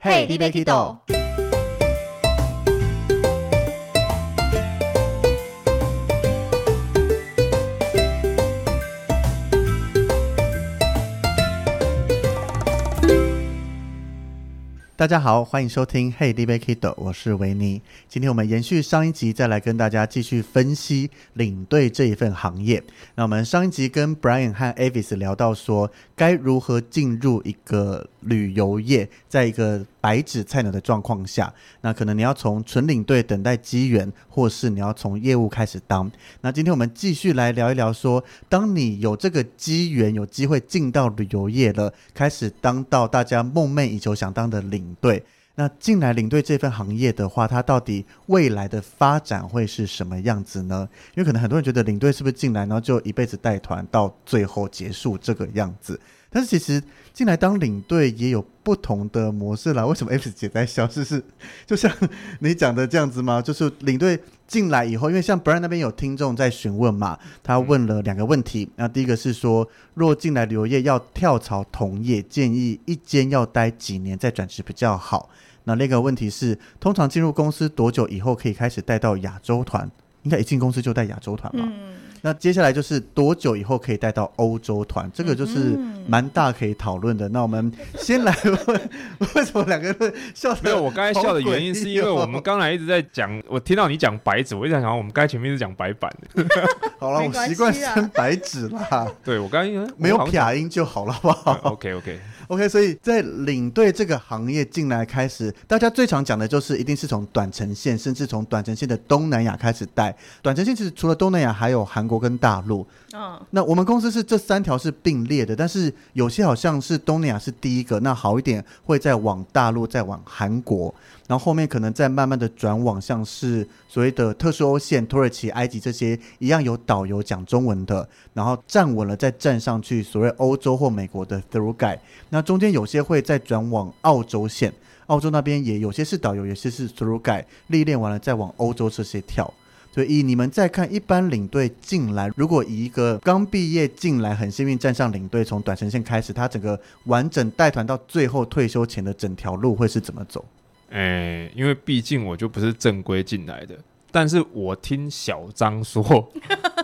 嘿，你别 k 豆。大家好，欢迎收听 Hey d b a Kido，我是维尼。今天我们延续上一集，再来跟大家继续分析领队这一份行业。那我们上一集跟 Brian 和 Avis 聊到说，该如何进入一个旅游业，在一个白纸菜鸟的状况下，那可能你要从纯领队等待机缘，或是你要从业务开始当。那今天我们继续来聊一聊说，当你有这个机缘，有机会进到旅游业了，开始当到大家梦寐以求想当的领队。那进来领队这份行业的话，它到底未来的发展会是什么样子呢？因为可能很多人觉得领队是不是进来，然后就一辈子带团到最后结束这个样子。但是其实进来当领队也有不同的模式啦。为什么 F 姐在笑？是是，就像你讲的这样子吗？就是领队进来以后，因为像 Brian 那边有听众在询问嘛，他问了两个问题。那第一个是说，若进来旅游业要跳槽同业，建议一间要待几年再转职比较好。那另一个问题是，通常进入公司多久以后可以开始带到亚洲团？应该一进公司就带亚洲团吧？那接下来就是多久以后可以带到欧洲团？这个就是蛮大可以讨论的。那我们先来问， 为什么两个人笑 得没有，我刚才笑的原因是因为我们刚才一直在讲，我听到你讲白纸，我一直在想，我们刚才前面是讲白板的。好了，没我关习惯系啦生白纸啦，对，我刚呃才没有 撇音就好了，好不好？ OK OK， OK，所以在领队这个行业进来开始，大家最常讲的就是一定是从短程线，甚至从短程线的东南亚开始带。短程线其实除了东南亚，还有韩国跟大陆。嗯，那我们公司是这三条是并列的，但是有些好像是东南亚是第一个，那好一点会再往大陆，再往韩国，然后后面可能再慢慢的转往像是所谓的特殊欧线、土耳其、埃及这些一样有导游讲中文的，然后站稳了再站上去所谓欧洲或美国的 through guide，那中间有些会再转往澳洲线，澳洲那边也有些是导游，有些是 through guide，历练完了再往欧洲这些跳。所以你们再看一般领队进来，如果以一个刚毕业进来，很幸运站上领队，从短程线开始，他整个完整带团到最后退休前的整条路会是怎么走？哎，因为毕竟我就不是正规进来的，但是我听小张说，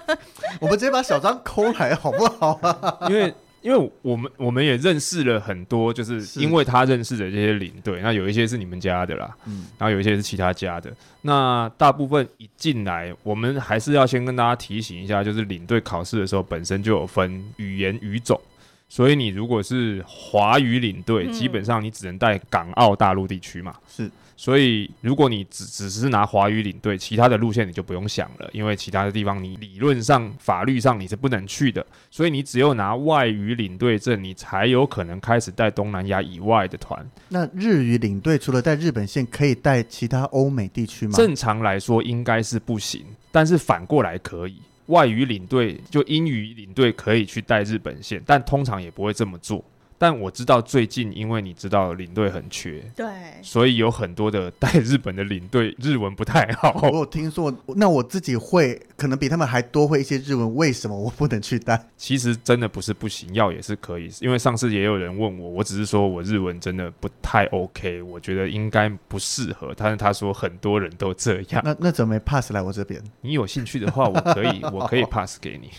我们直接把小张抠来好不好啊？ 因为。因为我们我们也认识了很多，就是是因为他认识的这些领队，那有一些是你们家的啦，嗯，然后有一些是其他家的。那大部分一进来，我们还是要先跟大家提醒一下，就是领队考试的时候本身就有分语言语种，所以你如果是华语领队，嗯基本上你只能带港澳大陆地区嘛。是，所以如果你只只是拿华语领队，其他的路线你就不用想了，因为其他的地方你理论上、法律上你是不能去的，所以你只有拿外语领队证，你才有可能开始带东南亚以外的团。那日语领队除了带日本线，可以带其他欧美地区吗？正常来说应该是不行，但是反过来可以。外语领队就英语领队可以去带日本线，但通常也不会这么做。但我知道最近，因为你知道领队很缺，对，所以有很多的带日本的领队日文不太我好。有听说，那我自己会，可能比他们还多会一些日文，为什么我不能去带？其实真的不是不行，要也是可以。因为上次也有人问我，我只是说我日文真的不太 OK，我觉得应该不适合。但是他说很多人都这 样。那那怎么没 pass 来我这边？你有兴趣的话，我可以，我可以 pass 给你。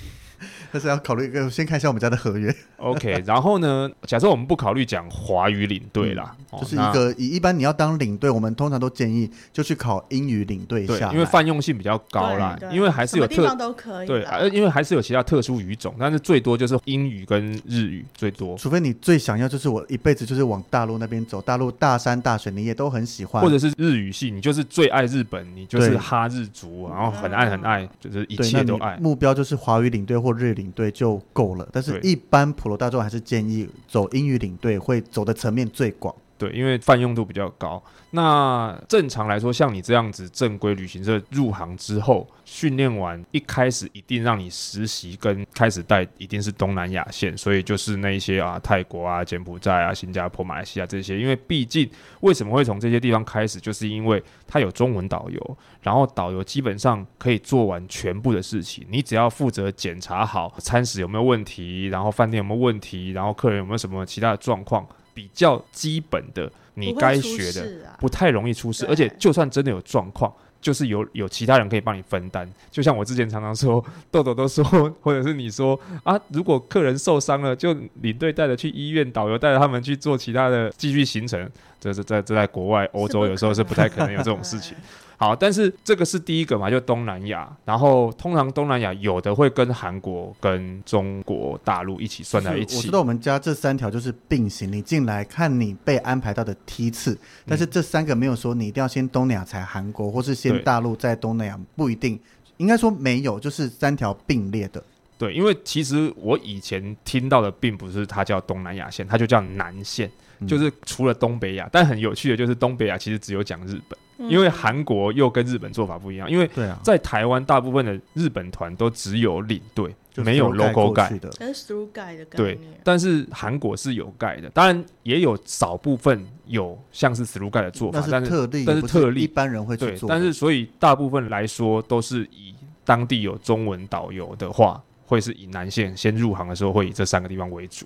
但是要考虑一个，先看一下我们家的合约。 OK，然后呢？假设我们不考虑讲华语领队啦，嗯哦就是那一个以一般你要当领队，我们通常都建议就去考英语领队对下，来，因为泛用性比较高啦对，对因为还是有什么地特方都可以啦，对，呃因为还是有其他特殊语种，但是最多就是英语跟日语最多，除非你最想要就是我一辈子就是往大陆那边走，大陆大山大水你也都很喜欢，或者是日语系，你就是最爱日本，你就是对哈日族，然后很爱很爱，就是一对，切那都你爱。目标就是华语领队或日语领队就够了，但是对一般普罗大众还是建议走英语领队会走的层面最广。对，因为泛用度比较高。那正常来说，像你这样子正规旅行社入行之后，训练完一开始一定让你实习跟开始带，一定是东南亚线，所以就是那一些啊，泰国啊、柬埔寨啊、新加坡、马来西亚这些。因为毕竟为什么会从这些地方开始，就是因为它有中文导游，然后导游基本上可以做完全部的事情，你只要负责检查好餐食有没有问题，然后饭店有没有问题，然后客人有没有什么其他的状况。比较基本的，你不会该出学的，事啊不太容易出事，对而且就算真的有状况，就是有有其他人可以帮你分担。就像我之前常常说， 豆豆都说，或者是你说啊，如果客人受伤了，就领队带着去医院，导游带着他们去做其他的继续行程。这是在这在国外欧洲有时候是不太可能有这种事情。 好，但是这个是第一个嘛，就东南亚。然后通常东南亚有的会跟韩国、跟中国大陆一起算在一我起知道。我们家这三条就是并行，你进来看你被安排到的梯次，但是这三个没有说你一定要先东南亚才韩国，或是先嗯对大陆再东南亚，不一定。应该说没有，就是三条并列的。对，因为其实我以前听到的并不是它叫东南亚线，它就叫南线，嗯就是除了东北亚。但很有趣的就是东北亚其实只有讲日本，嗯因为韩国又跟日本做法不一样，因为对啊，在台湾大部分的日本团都只有领队，就是没有覆盖 logo 过盖去。的。那是 through guide 的概对念，，但是韩国是有盖的，当然也有少部分有像是 through 盖的做那法，但是是特例，但是不特例一般人会去对做，的。但是所以大部分来说都是以当地有中文导游的话，会是以南线先入行的时候会以这三个地方为主。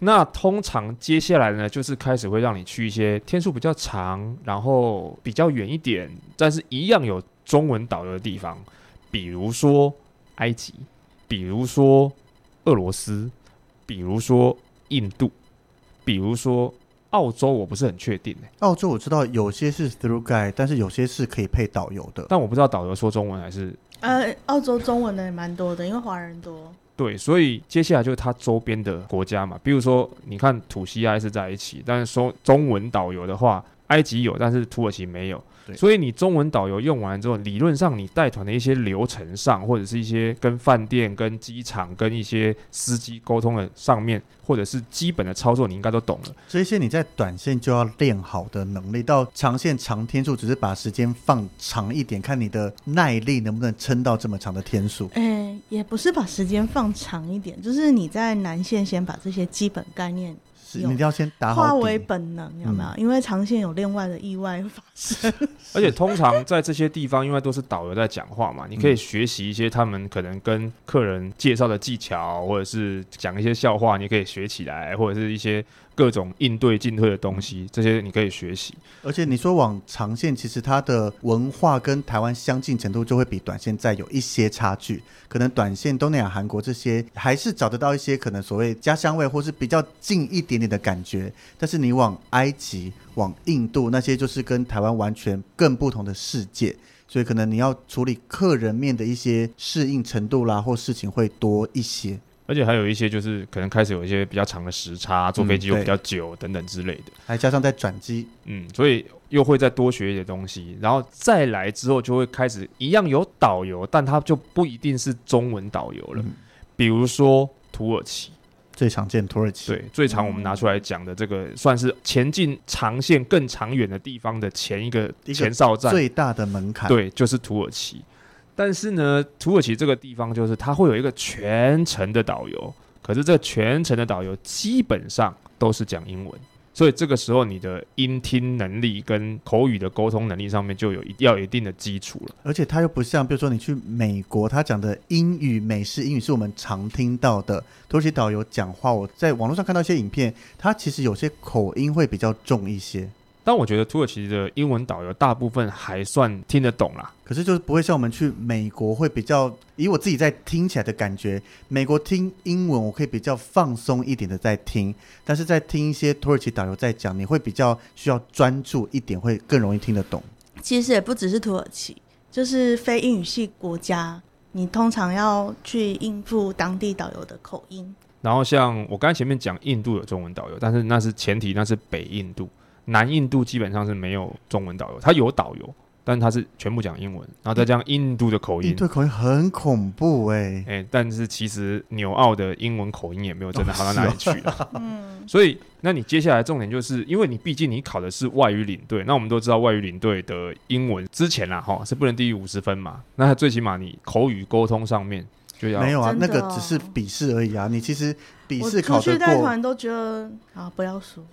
那通常接下来呢，就是开始会让你去一些天数比较长，然后比较远一点，但是一样有中文导游的地方，比如说埃及，比如说俄罗斯，比如说印度，比如说澳洲，我不是很确定、欸澳哦洲我知道有些是 through guide，但是有些是可以配导游的。但我不知道导游说中文还是呃，澳洲中文的也蛮多的，因为华人多。对，所以接下来就是它周边的国家嘛，比如说你看土西埃是在一起，但是说中文导游的话，埃及有，但是土耳其没有对。所以你中文导游用完之后，理论上你带团的一些流程上，或者是一些跟饭店、跟机场、跟一些司机沟通的上面，或者是基本的操作，你应该都懂了。这些你在短线就要练好的能力，到长线长天数，只是把时间放长一点，看你的耐力能不能撑到这么长的天数。哎、也不是把时间放长一点，就是你在南线先把这些基本概念是，你有一定要先打化好为底。本能，有没嗯有？因为长线有另外的意外发生。而且通常在这些地方，因为都是导游在讲话嘛，你可嗯以学习一些他们可能跟客人介绍的技巧，或者是讲一些笑话，你可以学起来，或者是一些各种应对进退的东嗯西，这些你可以学习。而且你说往长线，其实它的文化跟台湾相近程度就会比短线再有一些差距。可能短线东南亚、韩国这些还是找得到一些可能所谓家乡味，或是比较近一点点的感觉。但是你往埃及、往印度那些，就是跟台湾完全更不同的世界。所以可能你要处理客人面的一些适应程度啦，或事情会多一些。而且还有一些就是可能开始有一些比较长的时差，坐飞机又对比较久等等之类的。还加上在转机，嗯，所以又会再多学一些东西，然后再来之后就会开始一样有导游，但他就不一定是中文导游了，嗯比如说土耳其。最常见土耳其。对，最常我们拿出来讲的这个，算是前进长线更长远的地方的前一个一个前哨站，最大的门槛，对，就是土耳其。但是呢，土耳其这个地方就是它会有一个全程的导游，可是这全程的导游基本上都是讲英文，所以这个时候你的音听能力跟口语的沟通能力上面就有一要有一定的基础了。而且它又不像，比如说你去美国，他讲的英语、美式英语是我们常听到的。土耳其导游讲话，我在网络上看到一些影片，他其实有些口音会比较重一些，但我觉得土耳其的英文导游大部分还算听得懂啦，可是就是不会像我们去美国会比较，以我自己在听起来的感觉，美国听英文我可以比较放松一点的在听，但是在听一些土耳其导游在讲，你会比较需要专注一点，会更容易听得懂。其实也不只是土耳其，就是非英语系国家，你通常要去应付当地导游的口音。然后像我刚才前面讲，印度有中文导游，但是那是前提，那是北印度，南印度基本上是没有中文导游，它有导游，但它是全部讲英文，然后再加上印度的口印音。度口音很恐怖哎、 哎、但是其实纽澳的英文口音也没有真的好到哪里去啊、嗯，所以那你接下来重点就是，因为你毕竟你考的是外语领队，那我们都知道外语领队的英文之前啦，哈是不能低于五十分嘛。那最起码你口语沟通上面就要没有啊，真那的个哦只是笔试而已啊。你其实笔我试考出得去带过，团都觉得啊，不要输，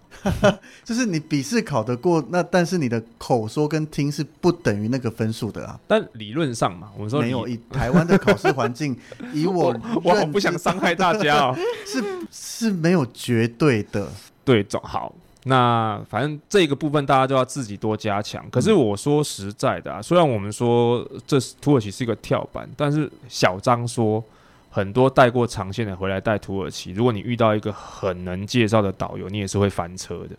就是你笔试考得过，那但是你的口说跟听是不等于那个分数的啊。但理论上嘛，我们说没有，理以台湾的考试环 境，以我我 我好不认想知伤害大家哦。 是是没有绝对的。对，总好。那反正这个部分大家都要自己多加强。可是我说实在的啊，虽然我们说这是土耳其是一个跳板，但是小张说很多带过长线的回来带土耳其，如果你遇到一个很能介绍的导游，你也是会翻车的。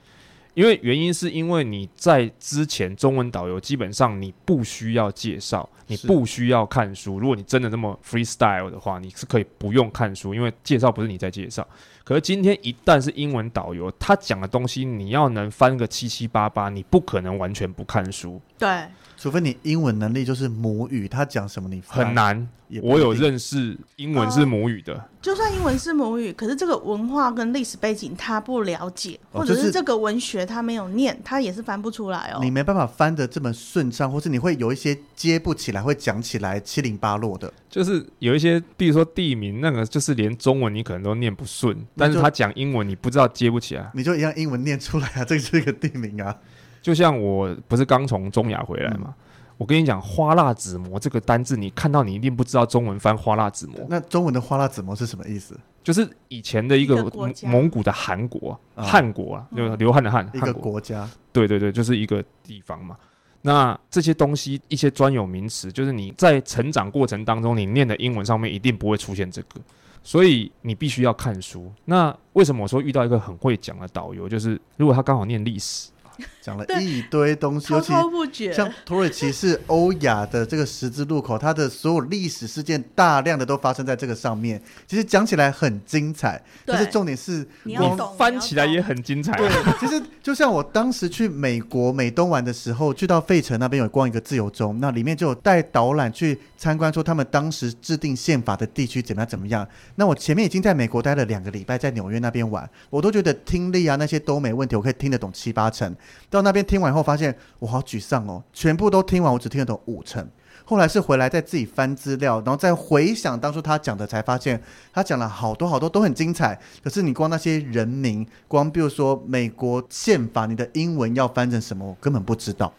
因为原因是因为你在之前中文导游基本上你不需要介绍，你是不需要看书。如果你真的那么 freestyle 的话，你是可以不用看书，因为介绍不是你在介绍。可是今天一旦是英文导游，他讲的东西你要能翻个七七八八，你不可能完全不看书，对，除非你英文能力就是母语，他讲什么你翻很。难。也不一定我有认识英文是母语的，就算英文是母语，可是这个文化跟历史背景他不了解，哦或者就是是这个文学他没有念，他也是翻不出来哦。你没办法翻得这么顺畅，或是你会有一些接不起来，会讲起来七零八落的。就是有一些，比如说地名，那个就是连中文你可能都念不顺，那但就是他讲英文你不知道接不起来。你就一样英文念出来啊，这是一个地名啊。就像我不是刚从中亚回来嘛，我跟你讲，花剌子模这个单字，你看到你一定不知道中文翻花剌子模，那中文的花剌子模是什么意思？就是以前的一个一个国蒙家蒙古的韩国啊啊、汉国啊，就是流汗的汗，一个汉国，国家，对对对，就是一个地方嘛。那这些东西，一些专有名词，就是你在成长过程当中，你念的英文上面一定不会出现这个，所以你必须要看书。那为什么我说遇到一个很会讲的导游，就是如果他刚好念历史，讲了对一堆东西，尤滔其滔不绝，像土耳其是欧亚的这个十字路口，它的所有历史事件大量的都发生在这个上面。其实讲起来很精彩，对但是重点是你我要懂，翻起来你也要懂很精彩啊、对， 其实就像我当时去美国美东玩的时候，去到费城那边有逛一个自由州，那里面就有带导览去参观，说他们当时制定宪法的地区怎么样怎么样。那我前面已经在美国待了两个礼拜，在纽约那边玩，我都觉得听力啊那些都没问题，我可以听得懂七八成。到那边听完以后，发现我好沮丧哦，全部都听完，我只听得懂五成。后来是回来再自己翻资料，然后再回想当初他讲的，才发现他讲了好多好多都很精彩。可是你光那些人名，光比如说美国宪法，你的英文要翻成什么，我根本不知道。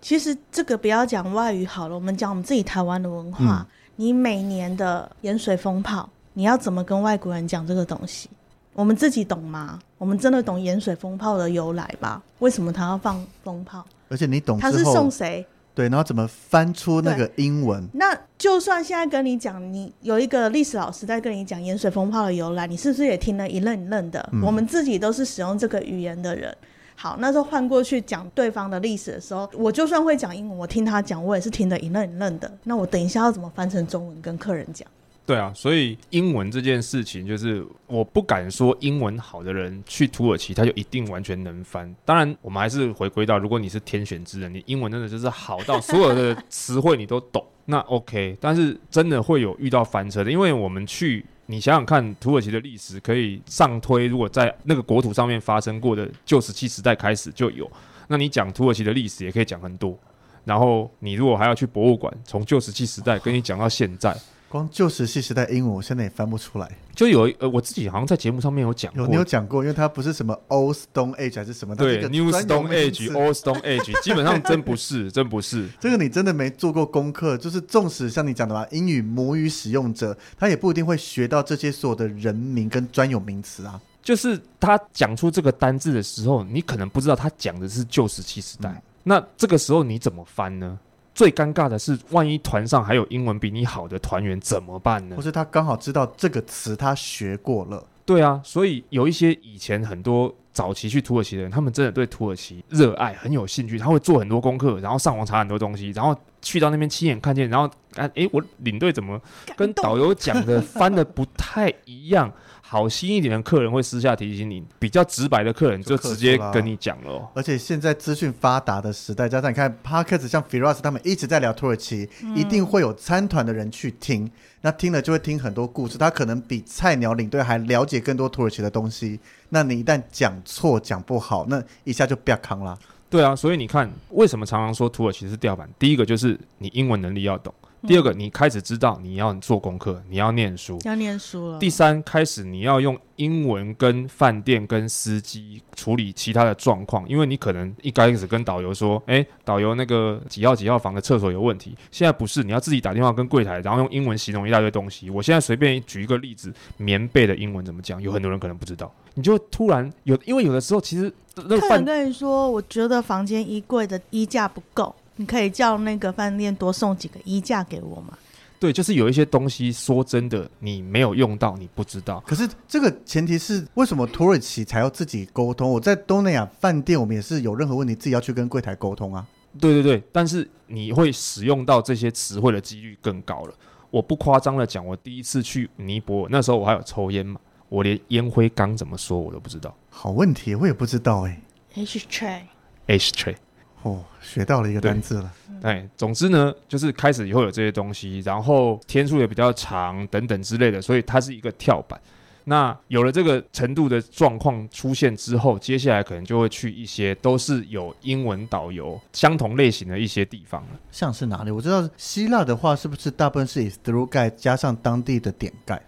其实这个不要讲外语好了，我们讲我们自己台湾的文嗯化。你每年的盐水风炮，你要怎么跟外国人讲这个东西？我们自己懂吗？我们真的懂盐水风炮的由来吧？为什么他要放风炮？而且你懂他是之后送，谁？对，然后怎么翻出那个英文？那就算现在跟你讲，你有一个历史老师在跟你讲盐水风炮的由来，你是不是也听得一愣一愣的？嗯我们自己都是使用这个语言的人。好，那时候换过去讲对方的历史的时候，我就算会讲英文，我听他讲，我也是听得一愣一愣的。那我等一下要怎么翻成中文跟客人讲？对啊，所以英文这件事情，就是我不敢说英文好的人去土耳其他就一定完全能翻。当然，我们还是回归到，如果你是天选之人，你英文真的就是好到所有的词汇你都懂，那 OK。但是真的会有遇到翻车的，因为我们去。你想想看，土耳其的历史可以上推，如果在那个国土上面发生过的旧石器时代开始就有，那你讲土耳其的历史也可以讲很多。然后你如果还要去博物馆，从旧石器时代跟你讲到现在，光旧石器时代英文，我现在也翻不出来。就有一呃，我自己好像在节目上面有讲有过，你有讲过，因为它不是什么 Old Stone Age 还是什么，它是一对个，New 专有 Stone 名 Age、词哦 Old Stone Age，基本上真不是， 真不是。这个你真的没做过功课，就是纵使像你讲的吧，英语母语使用者，他也不一定会学到这些所有的人名跟专有名词啊。就是他讲出这个单字的时候，你可能不知道他讲的是旧石器时代，嗯那这个时候你怎么翻呢？最尴尬的是，万一团上还有英文比你好的团员怎么办呢或？是他刚好知道这个词，他学过了。对啊，所以有一些以前很多早期去土耳其的人，他们真的对土耳其热爱，很有兴趣，他会做很多功课，然后上网查很多东西，然后去到那边亲眼看见，然后啊，诶，我领队怎么跟导哎游讲的翻的不太一样？好心一点的客人会私下提醒你，比较直白的客人就就客直接诉啦跟你讲了、哦。而且现在资讯发达的时代，加上你看 p o d c a s t 像 Firas 他们一直在聊土耳其，一定会有参团的人去听，那听了就会听很多故事，他可能比菜鸟领队还了解更多土耳其的东西。那你一旦讲错、讲不好，那一下就不要扛啦。对啊，所以你看，为什么常常说土耳其是吊板？第一个就是你英文能力要懂，第二个你开始知道你要做功课，你要念书，要念书了。第三，开始你要用英文跟饭店跟司机处理其他的状况，因为你可能一开始跟导游说，诶，导游那个几号几号房的厕所有问题，现在不是，你要自己打电话跟柜台，然后用英文形容一大堆东西。我现在随便举一个例子，棉被的英文怎么讲，有很多人可能不知道，你就突然有，因为有的时候其实那个客人饭跟你说，我觉得房间衣柜的衣架不够，你可以叫那个饭店多送几个衣架给我嘛。对，就是有一些东西，说真的，你没有用到，你不知道。可是这个前提是，为什么土耳其才要自己沟通？我在东南亚饭店，我们也是有任何问题自己要去跟柜台沟通啊。对对对，但是你会使用到这些词汇的几率更高了。我不夸张的讲，我第一次去尼泊尔，那时候我还有抽烟嘛，我连烟灰缸怎么说我都不知道。好问题，我也不知道哎、 H tray， ashtray，哦，学到了一个单字了。哎，总之呢，就是开始以后有这些东西，然后天数也比较长等等之类的，所以它是一个跳板。那有了这个程度的状况出现之后，接下来可能就会去一些都是有英文导游相同类型的一些地方了。像是哪里？我知道希腊的话，是不是大部分是以 through guide 加上当地的点盖？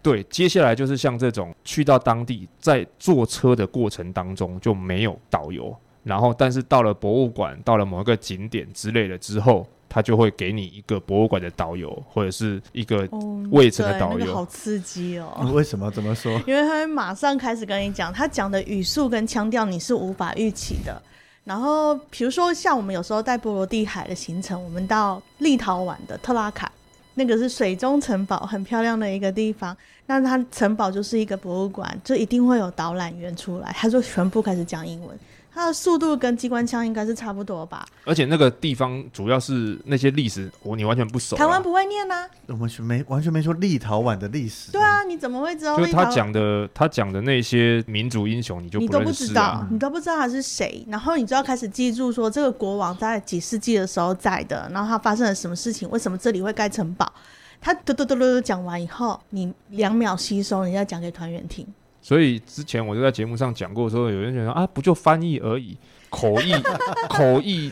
对，接下来就是像这种去到当地，在坐车的过程当中就没有导游，然后但是到了博物馆，到了某一个景点之类的之后，他就会给你一个博物馆的导游，或者是一个哦，未成的对导那游个好刺激哦。为什么？怎么说？因为他会马上开始跟你讲，他讲的语速跟腔调你是无法预期的。然后，比如说像我们有时候带波罗的海的行程，我们到立陶宛的特拉卡，那个是水中城堡，很漂亮的一个地方。那它城堡就是一个博物馆，就一定会有导览员出来，他就全部开始讲英文。他的速度跟机关枪应该是差不多吧？而且那个地方主要是那些历史，我你完全不熟啊、台湾不会念呐、我们是没完全没说立陶宛的历史。对，啊，你怎么会知道就是立陶他宛？讲的，他讲的那些民族英雄，你就你都认不识、啊、知道，你都不知道他是谁，然后你就要开始记住说这个国王在几世纪的时候在的，然后他发生了什么事情，为什么这里会盖城堡？他嘟嘟嘟嘟嘟讲完以后，你两秒吸收，你再讲给团员听。所以之前我就在节目上讲过说，有人觉得啊，不就翻译而已，口译 口译，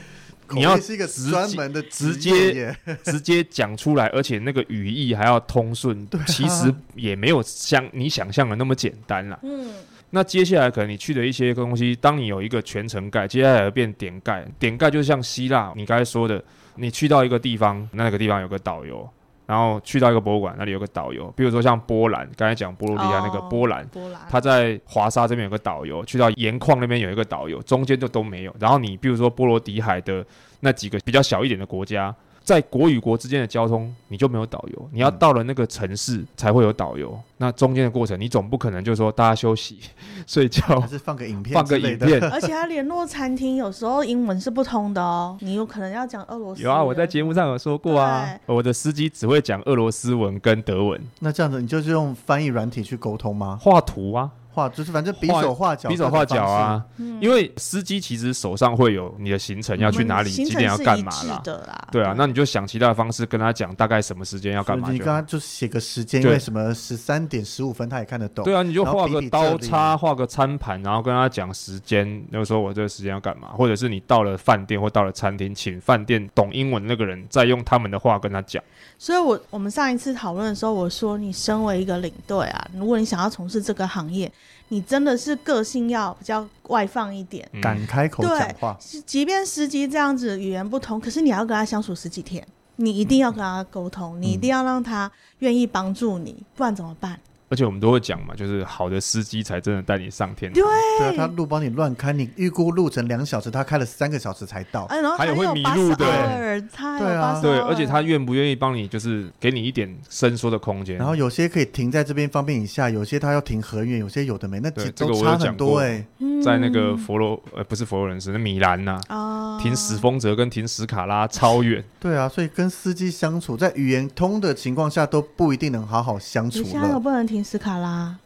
你要口译是一个直专接门的直职业接耶直接讲出来，而且那个语义还要通顺，其实也没有像你想象的那么简单啦。嗯，那接下来可能你去的一些东西，当你有一个全程盖，接下来变点盖，点盖就像希腊你刚才说的，你去到一个地方，那个地方有个导游。然后去到一个博物馆，那里有个导游，比如说像波兰，刚才讲波罗的海那个哦波兰，波兰，他在华沙这边有个导游，去到盐矿那边有一个导游，中间就都没有。然后你比如说波罗的海的那几个比较小一点的国家，在国与国之间的交通你就没有导游，你要嗯到了那个城市才会有导游。那中间的过程，你总不可能就说大家休息睡觉，还是放个影片哦放个之类影的片。而且他联络餐厅有时候英文是不通的哦，你有可能要讲俄罗斯人。有啊，我在节目上有说过啊，我的司机只会讲俄罗斯文跟德文，那这样子，你就是用翻译软体去沟通吗？画图啊，画就是反正比手画脚，比手画各脚种方式。啊，嗯，因为司机其实手上会有你的行嗯程要去哪里，行几程点要是干一嘛致啦。的啦。对啊，那你就想其他的方式跟他讲大概什么时间要干所嘛以你就刚好。刚就写个时间，因对为什么十三点十五分他也看得懂。对啊，你就然后画比个比这刀里叉，画个餐盘，然后跟他讲时间，就说我这个时间要干嘛，或者是你到了饭店或到了餐厅，请饭店懂英文那个人再用他们的话跟他讲。所以我，我们上一次讨论的时候，我说你身为一个领队啊，如果你想要从事这个行业，你真的是个性要比较外放一点。嗯敢开口对讲话，是即便司机这样子语言不通，可是你要跟他相处十几天，你一定要跟他沟通，你一定要让他愿意帮助你，不然怎么办？而且我们都会讲嘛，就是好的司机才真的带你上天堂。对啊，他路帮你乱开，你预估路程两小时，他开了三个小时才到。哎，然后还有会有迷巴路士的尔，他还对有啊巴士对，奥而且尔他愿不愿意帮你，就是给你一点伸缩的空间。然后有些可以停在这边方便一下，有些他要停很远，有些有的没，那对几这个都我差有很讲多过哎、在那嗯个佛罗，呃，不是佛罗伦斯，那米兰呐、啊，停史风泽跟停史卡拉超远。对啊，所以跟司机相处，在语言通的情况下，都不一定能好好相处你现在可了。不能停斯卡拉，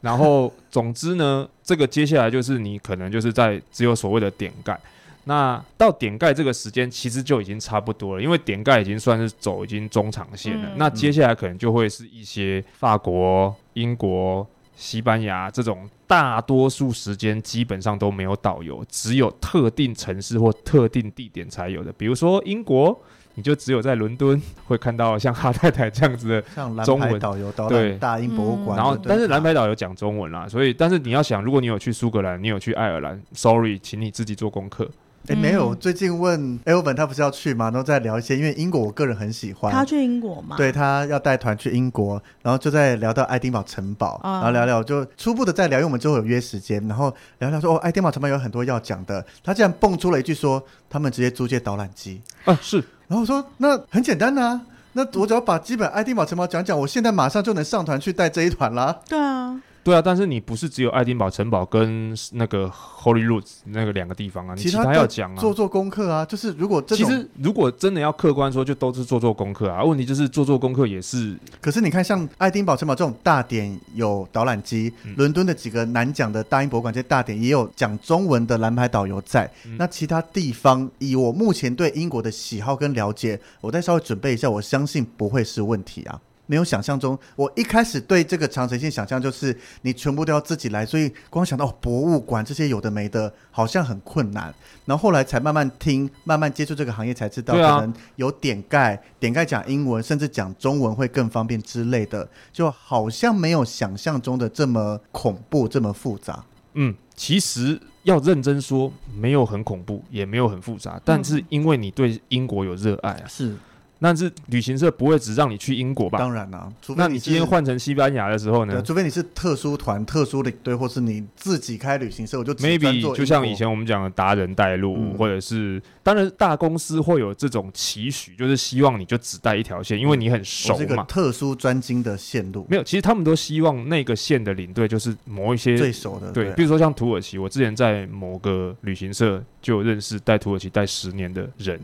然后，总之呢， 这个接下来就是你可能就是在只有所谓的点盖。那到点盖这个时间其实就已经差不多了，因为点盖已经算是走已经中长线了。嗯那接下来可能就会是一些法国、英国、西班牙这种大多数时间基本上都没有导游，只有特定城市或特定地点才有的。比如说英国，你就只有在伦敦会看到像哈太太这样子的像蓝中牌文导游导对览大英博物馆，然后对，但是蓝牌岛有讲中文啦，所以，但是你要想，如果你有去苏格兰，你有去爱尔兰，sorry，请你自己做功课。哎、没有，嗯最近问 Elvin 他不是要去吗？然后在聊一些，因为英国我个人很喜欢，他去英国啊嘛？对他要带团去英国，然后就在聊到爱丁堡城堡，哦啊然后聊聊就初步的在聊，因为我们之后有约时间，然后聊聊说哦，爱丁堡城堡有很多要讲的。他竟然蹦出了一句说，他们直接租借导览机，啊，是然后我说那很简单呐、那我只要把基本爱丁堡城堡讲讲，我现在马上就能上团去带这一团啦。对啊，对啊，但是你不是只有爱丁堡城堡跟那个 Holy Rood 那个两个地方啊，你其其他他都要讲啊。做做功课啊，就是如果这其种，实如果真的要客观说，就都是做做功课啊。问题就是做做功课也是可是你看，像爱丁堡城堡这种大点有导览机，伦敦的几个难讲的大英博物馆这些大点也有讲中文的蓝牌导游在。嗯那其他地方，以我目前对英国的喜好跟了解，我再稍微准备一下，我相信不会是问题啊。没有想象中，我一开始对这个长城线想象就是你全部都要自己来，所以光想到博物馆这些有的没的，好像很困难。然后后来才慢慢听，慢慢接触这个行业，才知道对啊可能有点盖，点盖讲英文，甚至讲中文会更方便之类的，就好像没有想象中的这么恐怖，这么复杂。嗯，其实要认真说，没有很恐怖，也没有很复杂，但是因为你对英国有热爱啊，是，但是旅行社不会只让你去英国吧？当然啦、啊除非那你今天是。换成西班牙的时候对啊呢，除非你是特殊团、特殊领队，或是你自己开旅行社，我就只专做 maybe 英就像国以前我们讲的达人带路，嗯或者是当然大公司会有这种期许，就是希望你就只带一条线，因为你很嗯熟我是一个嘛。特殊专精的线路，没有，其实他们都希望那个线的领队就是某一些最熟的。啊对，比如说像土耳其，我之前在某个旅行社就有认识带土耳其带十年的人，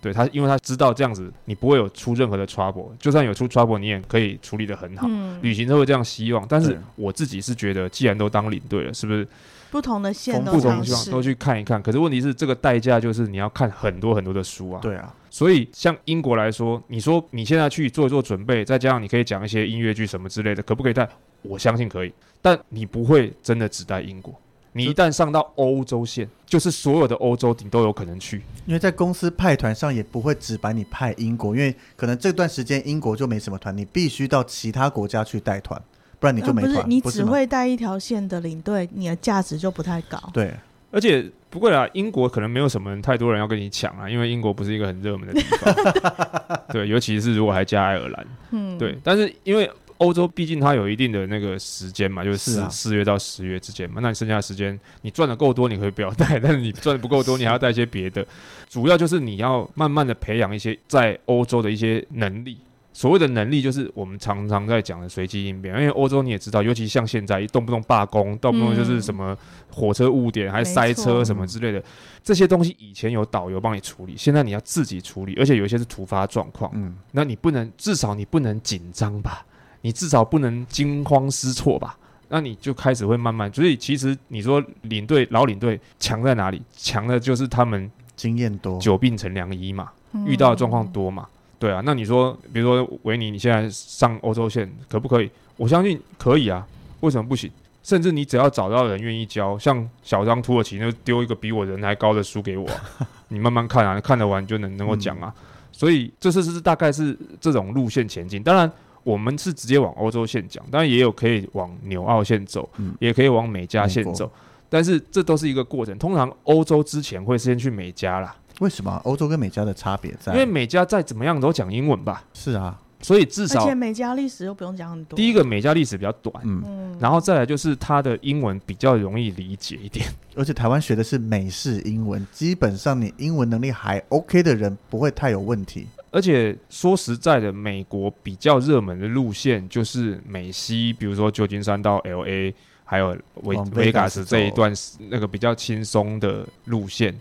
对他，因为他知道这样子你不会有出任何的 trouble，就算有出 trouble，你也可以处理的很好。嗯，旅行社会这样希望，但是对我自己是觉得，既然都当领队了，是不是不同的线都都不同尝的地方试都去看一看。可是问题是，这个代价就是你要看很多很多的书啊。，对啊，所以像英国来说，你说你现在去做一做准备，再加上你可以讲一些音乐剧什么之类的，可不可以带？我相信可以，但你不会真的只带英国。你一旦上到欧洲线，就是所有的欧洲你都有可能去。因为在公司派团上也不会只把你派英国，因为可能这段时间英国就没什么团，你必须到其他国家去带团，不然你就呃没不团。是你不是只吗会带一条线的领队，你的价值就不太高。对，而且不过啦，英国可能没有什么人太多人要跟你抢啊，因为英国不是一个很热门的地方。对，尤其是如果还加爱尔兰。嗯，对，，但是因为欧洲毕竟它有一定的那个时间嘛，就是是四啊四、月到十月之间嘛，那你剩下的时间你赚的够多，你可以不要带， 但是你赚的不够多，你啊还要带一些别的。主要就是你要慢慢的培养一些在欧洲的一些能力。所谓的能力，就是我们常常在讲的随机应变。因为欧洲你也知道，尤其像现在，动不动罢工，动不动就是什么火车误点，还嗯没塞车错什么之类的，这些东西以前有导游帮你处理，现在你要自己处理，而且有一些是突发状况。嗯，那你不能，至少你不能紧张吧？你至少不能惊慌失措吧？那你就开始会慢慢，所以其实你说领队老领队强在哪里？强的就是他们经验多，久病成良医嘛，遇到的状嗯况多嘛。对啊，那你说，比如说维尼，你现在上欧洲线可不可以？我相信可以啊，为什么不行？甚至你只要找到人愿意教，像小张土耳其那丢一个比我人还高的书给 我啊、你慢慢看啊，看得完就能能够讲嗯啊。所以这是是大概是这种路线前进。当然，我们是直接往欧洲线讲，当然也有可以往纽澳线走，嗯也可以往美加线美国走。但是这都是一个过程，通常欧洲之前会先去美加啦，为什么欧洲跟美加的差别在？因为美加再怎么样都讲英文吧，是啊，所以至而少且美加历史又不用讲很多。第一个美加历史比较短，嗯，嗯，然后再来就是它的英文比较容易理解一点。而且台湾学的是美式英文，基本上你英文能力还 OK 的人不会太有问题。而且说实在的，美国比较热门的路线就是美西，比如说旧金山到 L A，还有维往维 Vegas 加斯这一段那个比较轻松的路线。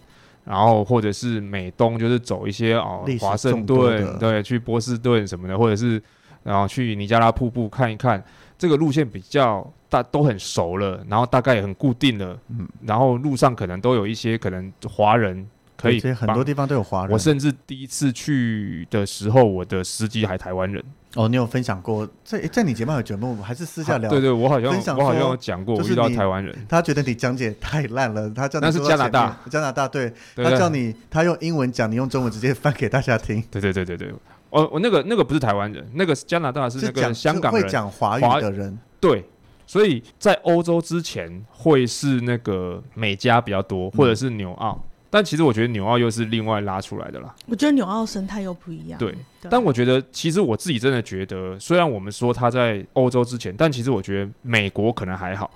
然后或者是美东，就是走一些哦历，史华盛众多的顿对，去波士顿什么的，或者是然后去尼加拉瀑布看一看，这个路线比较大都很熟了，然后大概也很固定了，嗯然后路上可能都有一些可能华人可以所以很帮多地方都有华人。我甚至第一次去的时候，我的司机还台湾人。哦，你有分享过在诶在你节目有节目还是私下聊？啊对对，我好像分享我好像说有讲过，我就是遇到你台湾人，他觉得你讲解太烂了，他叫你那是坐到加拿大前面，加拿大对，对他叫对你他用英文讲，你用中文直接翻给大家听，对对对对对。哦，我那个那个不是台湾人，那个是加拿大是那是个讲香港是会人。讲华华语的人，对，所以在欧洲之前会是那个美加比较嗯多，或者是纽澳。但其实我觉得纽澳又是另外拉出来的啦。我觉得纽澳生态又不一样。对，但我我觉得，其实我自己真的觉得，虽然我们说他在欧洲之前，但其实我觉得美国可能还好。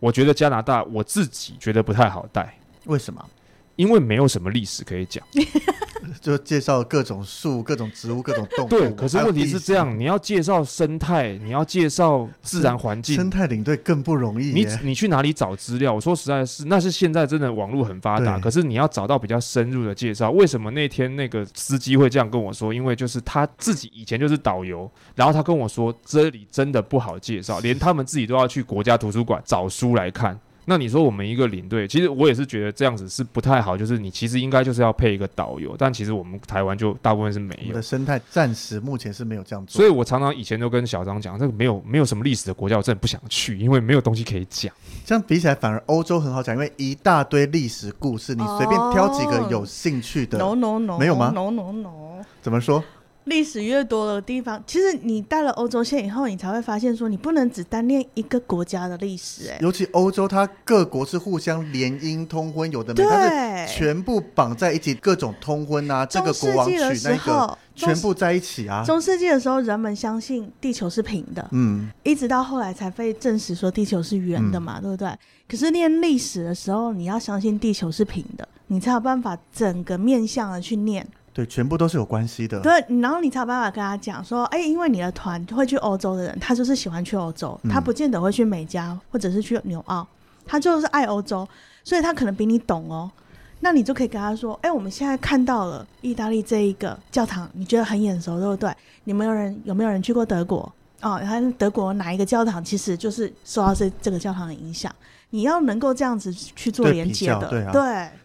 我觉得加拿大，我自己觉得不太好带。为什么？因为没有什么历史可以讲。就介绍各种树、各种植物、各种动物。对，可是哦还有问题地是形这样，你要介绍生态，你要介绍自然环境生，态领队更不容易你耶。你去哪里找资料？我说实在是，那是现在真的网络很发达，对可是你要找到比较深入的介绍。为什么那天那个司机会这样跟我说？因为就是他自己以前就是导游，然后他跟我说这里真的不好 介绍，连他们自己都要去国家图书馆找书来看。那你说我们一个领队，其实我也是觉得这样子是不太好，就是你其实应该就是要配一个导游，但其实我们台湾就大部分是没我们有的。生态暂时目前是没有这样做所以，我常常以前都跟小张讲，这个没有没有什么历史的国家，我真的不想去，因为没有东西可以讲。这样比起来反而欧洲很好讲，因为一大堆历史故事，你随便挑几个哦有兴趣的， no no no 没有吗 no no no。怎么说？历史越多的地方，其实你带了欧洲线以后，你才会发现说，你不能只单恋一个国家的历史、哎，尤其欧洲，它各国是互相联姻通婚，有的没，它对，是全部绑在一起，各种通婚啊，这个中国世王娶纪的时那个，候，全部在一起啊中。中世纪的时候，人们相信地球是平的，嗯，一直到后来才被证实说地球是圆的嘛，对不对？可是念历史的时候，你要相信地球是平的，你才有办法整个面向的去念。对，全部都是有关系的。对，然后你才有办法跟他讲说，哎、因为你的团会去欧洲的人，他就是喜欢去欧洲，嗯他不见得会去美加或者是去纽澳，他就是爱欧洲，所以他可能比你懂哦。那你就可以跟他说，哎、我们现在看到了意大利这一个教堂，你觉得很眼熟，对不对？你们有人有没有人去过德国？哦，然后德国哪一个教堂其实就是受到这这个教堂的影响。你要能够这样子去做对连比接较的，对啊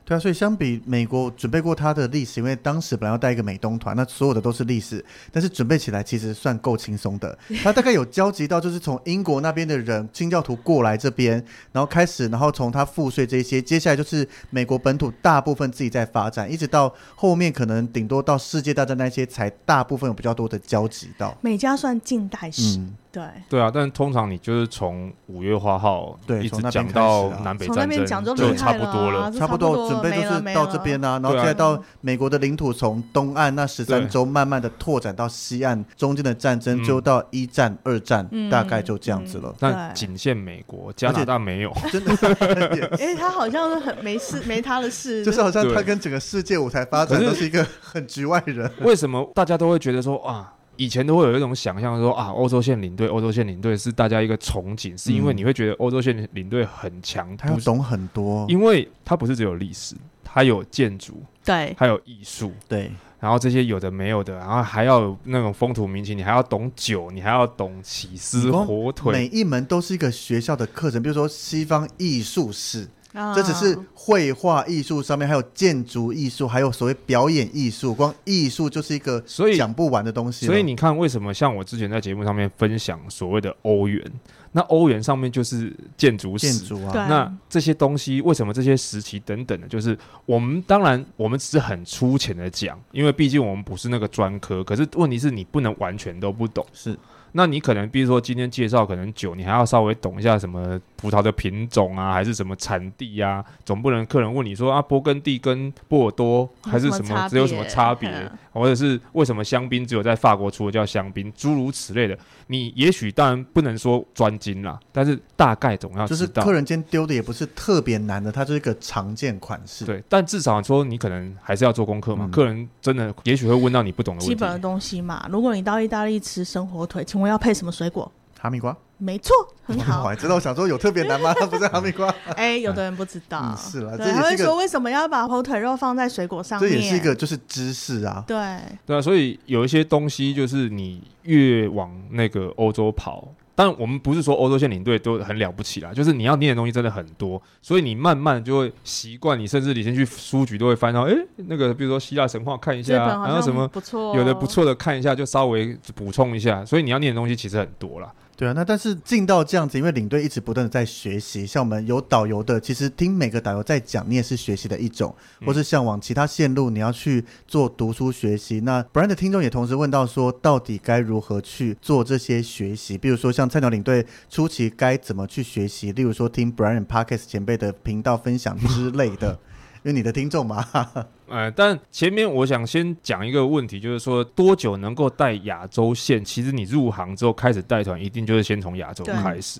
对啊，所以相比美国准备过他的历史，因为当时本来要带一个美东团，那所有的都是历史，但是准备起来其实算够轻松的。他大概有交集到，就是从英国那边的人清教徒过来这边，然后开始，然后从他赋税这些，接下来就是美国本土大部分自己在发展，一直到后面可能顶多到世界大战那些才大部分有比较多的交集到。美加算近代史，嗯，对。对啊，但通常你就是从五月花号对一从直那边讲开始到啊南北从那战边争，讲就就厉差害不了啊多了。就差不多准备就没了是没到了这 边啊，然后对啊再到美国的领土，从东岸那十三对州慢慢的拓展到西岸，中间的战争嗯就到一战、二战，嗯大概就这样子了。但对仅限美国，加拿大没有。嗯真的，哎、他好像是很没事，没他的事，就是好像对他跟整个世界舞台发展可是都是一个很局外人。为什么大家都会觉得说啊？以前都会有一种想象说啊，欧洲线领队，欧洲线领队是大家一个憧憬，是因为嗯你会觉得欧洲线领队很强，他要不是懂很多，因为它不是只有历史，它有建筑， 对还有艺术，对，然后这些有的没有的，然后还要有那种风土民情，你还要懂酒，你还要懂起司、你光火每腿，一门都是一个学校的课程，比如说西方艺术史，啊这只是绘画艺术上面，还有建筑艺术，还有所谓表演艺术，光艺术就是一个所以讲不完的东西了。所以你看，为什么像我之前在节目上面分享所谓的欧元，那欧元上面就是建筑建史，筑啊，对那这些东西为什么这些时期等等的，就是我们当然我们只是很粗浅的讲，因为毕竟我们不是那个专科。可是问题是你不能完全都不懂，是那你可能比如说今天介绍可能酒，你还要稍微懂一下什么葡萄的品种啊，还是什么产地啊，总不能客人问你说啊勃艮第跟波尔多还是什 有什么差别么只有什么差 别嗯，或者是为什么香槟只有在法国出的叫香槟，诸如此类的。你也许当然不能说专精啦，但是大概总要就是知道。客人间丢的也不是特别难的，它就是一个常见款式。，对，但至少说你可能还是要做功课嘛。嗯客人真的也许会问到你不懂的基问题本，的东西嘛。如果你到意大利吃生火腿，请问要配什么水果？哈密瓜， 没错，很我 好。还知道，我想说有特别难吗？ 不是哈密瓜，哎，有的人不知道嗯，是啦这对，也是他会一个说为什么要把火腿肉放在水果上这面？也是一个就是知识啊。对，对啊。所以有一些东西就是你越往那个欧洲跑，但我们不是说欧洲线领队都很了不起啦，就是你要念的东西真的很多，所以你慢慢就会习惯。你甚至你先去书局都会翻到，哎，那个比如说希腊神话看一这下本啊，好然后像什么。不错哦，有的不错的看一下，就稍微补充一下，所以你要念的东西其实很多啦。对啊，那但是进到这样子，因为领队一直不断的在学习，像我们有导游的，其实听每个导游在讲，你也是学习的一种，或是向往其他线路，你要去做读书学习。那 Brian 的听众也同时问到说，到底该如何去做这些学习？比如说像菜鸟领队初期该怎么去学习？例如说听 Brian Parkes 前辈的频道分享之类的，因为你的听众嘛，哈哈呃，但前面我想先讲一个问题，就是说多久能够带亚洲线？其实你入行之后开始带团，一定就是先从亚洲对开始。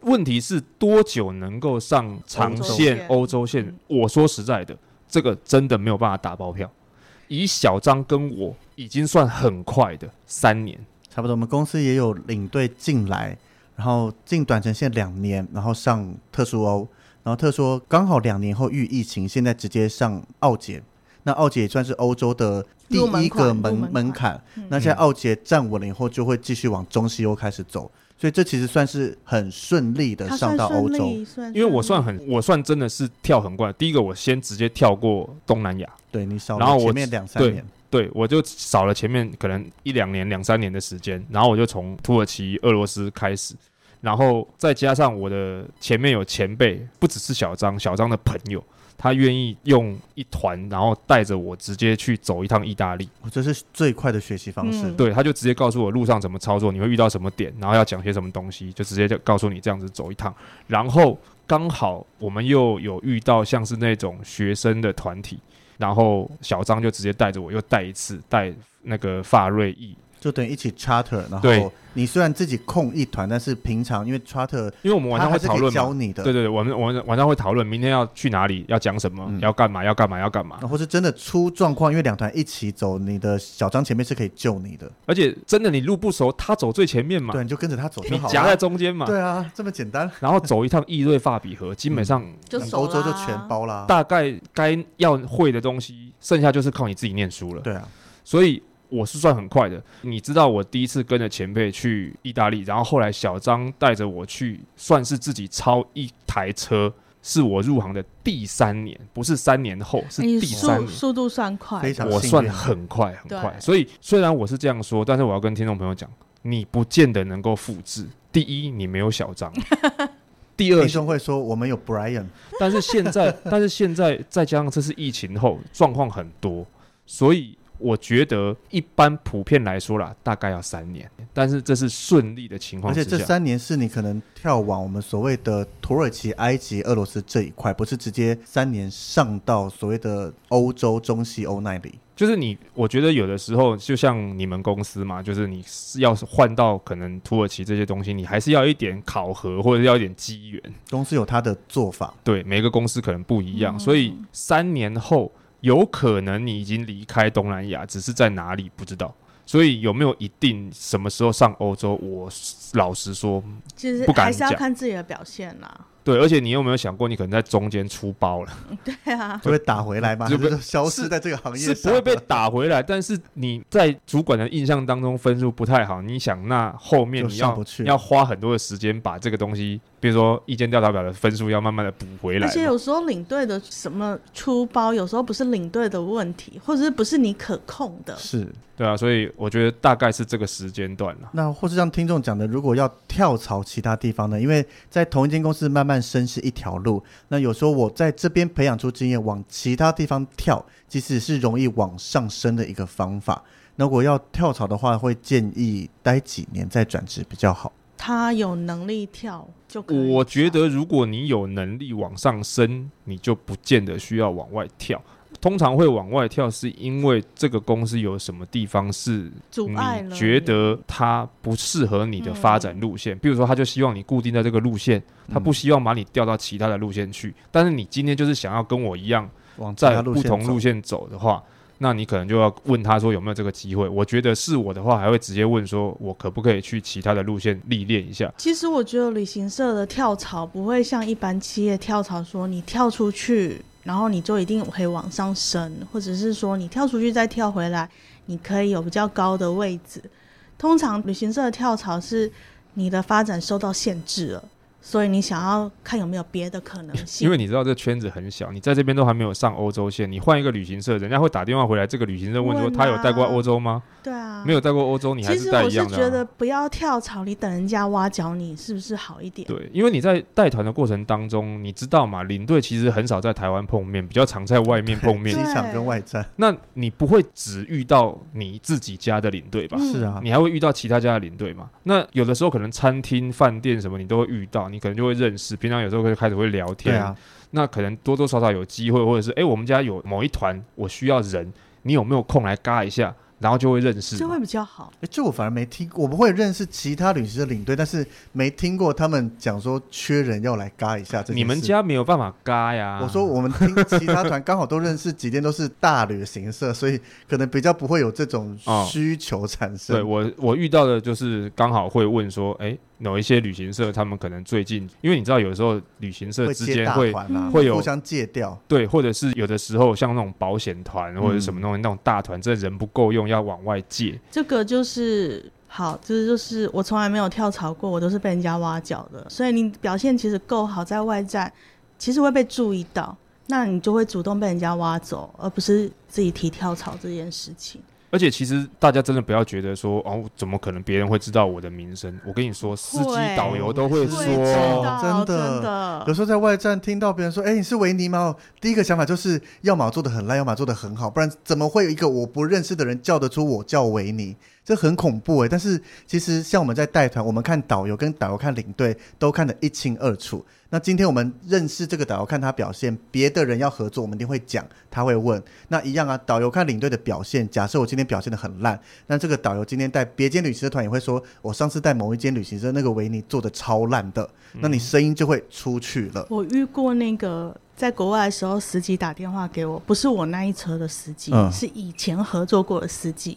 问题是多久能够上长线欧欧洲线嗯？我说实在的，这个真的没有办法打包票。以小张跟我已经算很快的三年，差不多。我们公司也有领队进来，然后进短程线两年，然后上特殊欧，然后特殊欧刚好两年后遇疫情，现在直接上澳捷。那澳捷也算是欧洲的第入门一个款门入门款门槛，嗯那现在澳捷站稳了以后，就会继续往中西欧开始走，所以这其实算是很顺利的他上算到欧顺洲。利，算因为我顺算利很，我算真的是跳很快。第一个，我先直接跳过东南亚，对你少然后了我前面两三对年，对，我就少了前面可能一两年、两三年的时间，然后我就从土耳其、俄罗斯开始，然后再加上我的前面有前辈，不只是小张，小张的朋友，他愿意用一团，然后带着我直接去走一趟意大利。我这是最快的学习方式。嗯对，他就直接告诉我路上怎么操作，你会遇到什么点，然后要讲些什么东西，就直接就告诉你这样子走一趟。然后刚好我们又有遇到像是那种学生的团体，然后小张就直接带着我又带一次带那个法瑞裔，就等于一起 charter，然对后你虽然自己控一团，但是平常因为 charter 因为我们晚他上还会是讨可以论教嘛。你的，对对对，我们我们晚上会讨论明天要去哪里，要讲什么，嗯要干嘛，要干嘛，要干嘛。啊或是真的出状况，因为两团一起走，你的小张前面是可以救你的，而且真的你路不熟，他走最前面嘛对，，你就跟着他走就你好夹在了。中间嘛，对嗯啊，这么简单，然后走一趟易瑞法比河，基本上就那熟啊欧洲就啦全包啦。大概该要会的东西，剩下就是靠你自己念书了。对啊，所以我是算很快的。你知道，我第一次跟着前辈去意大利，然后后来小张带着我去，算是自己超一台车，是我入行的第三年，不是三年后，是你第三哎速年。速度算快，非常我幸算运很快很快，对所以虽然我是这样说，但是我要跟听众朋友讲，你不见得能够复制。第一，你没有小 张；第二听，众会说我们有 Brian，但是现在， 但是现在再加上这是疫情后状况很多，所以我觉得一般普遍来说啦，大概要三年。但是这是顺利的情况而之且下，这三年是你可能跳往我们所谓的土耳其、埃及、俄罗斯这一块，不是直接三年上到所谓的欧洲、中西欧那里。就是你，我觉得有的时候就像你们公司嘛，就是你是要是换到可能土耳其这些东西，你还是要一点考核或者要一点机缘。公司有他的做法，对，每个公司可能不一样，嗯所以三年后有可能你已经离开东南亚，只是在哪里不知道。所以有没有一定什么时候上欧洲？我老实说，其实不敢还是要讲看自己的表现啦。对，而且你有没有想过，你可能在中间出包了，对啊，就会打回来嘛，就就被是消失在这个 行业是上，不会被打回来，但是你在主管的印象当中分数不太好，你想那后面就你上要不去要花很多的时间把这个东西比如说意见调查表的分数要慢慢的补回来而嘛。且有时候领队的什么出包，有时候不是领队的问题，或者是不是你可控的。是，对啊，所以我觉得大概是这个时间段了。那或是像听众讲的，如果要跳槽其他地方呢？因为在同一间公司慢慢升是一条路，那有时候我在这边培养出经验，往其他地方跳，其实是容易往上升的一个方法。那如果要跳槽的话，会建议待几年再转职比较好。他有能力跳就可以。我觉得，如果你有能力往上升，你就不见得需要往外跳。通常会往外跳，是因为这个公司有什么地方是阻碍了嗯你觉得它不适合你的发展路线。比如说，他就希望你固定在这个路线，他嗯不希望把你调到其他的路线去。但是你今天就是想要跟我一样，往其他在路不线同走路线走的话，那你可能就要问他说有没有这个机会。我觉得是我的话，还会直接问说我可不可以去其他的路线历练一下。其实我觉得旅行社的跳槽不会像一般企业跳槽，说你跳出去，然后你就一定会往上升，或者是说你跳出去再跳回来，你可以有比较高的位置。通常旅行社的跳槽是你的发展受到限制了，所以你想要看有没有别的可能性。因为你知道这圈子很小，你在这边都还没有上欧洲线，你换一个旅行社，人家会打电话回来，这个旅行社问说问啊他有带过欧洲吗？对啊，没有带过欧洲，你还其是实带我一是样的啊、觉得不要跳槽，你等人家挖角你是不是好一点？对，因为你在带团的过程当中，你知道嘛，领队其实很少在台湾碰面，比较常在外面碰面机。对场跟外站那你不会只遇到你自己家的领队吧？嗯是啊，你还会遇到其他家的领队嘛？那有的时候可能餐厅、饭店什么你都会遇到，你可能就会认识，平常有时候会开始会聊对天，啊，那可能多多少少有机会，或者是诶，我们家有某一团我需要人，你有没有空来嘎一下？然后就会认识这嘛。会比较好。诶这我反而没听，我不会认识其他旅行社领队，但是没听过他们讲说缺人要来嘎一下这件事。你们家没有办法嘎呀？我说我们听其他团刚好都认识几天都是大旅行社，所以可能比较不会有这种哦需求产生。对我我遇到的就是刚好会问说，诶，有一些旅行社他们可能最近，因为你知道有时候旅行社会之接间大会团啦，嗯会有互相借调，对，或者是有的时候像那种保险团或者什么东西，那种大团，真的人不够用，要往外借。这个就是好，这就是我从来没有跳槽过，我都是被人家挖角的。所以你表现其实够好，在外站其实会被注意到，那你就会主动被人家挖走，而不是自己提跳槽这件事情。而且其实大家真的不要觉得说哦，怎么可能别人会知道我的名声？我跟你说，司机会导游都会会说知哦，道真的真的有时候在外站听到别人说：“哎、你是维尼吗？”哦第一个想法就是，要么做的很烂，要么做的很好，不然怎么会有一个我不认识的人叫得出我叫维尼？这很恐怖哎、但是其实像我们在带团，我们看导游跟导游看领队都看得一清二楚。那今天我们认识这个导游，看他表现，别的人要合作，我们一定会讲，他会问。那一样啊，导游看领队的表现。假设我今天表现的很烂，那这个导游今天带别间旅行社团也会说，我上次带某一间旅行社那个维尼做的超烂的，嗯那你声音就会出去了。我遇过那个在国外的时候，司机打电话给我，不是我那一车的司机，嗯是以前合作过的司机。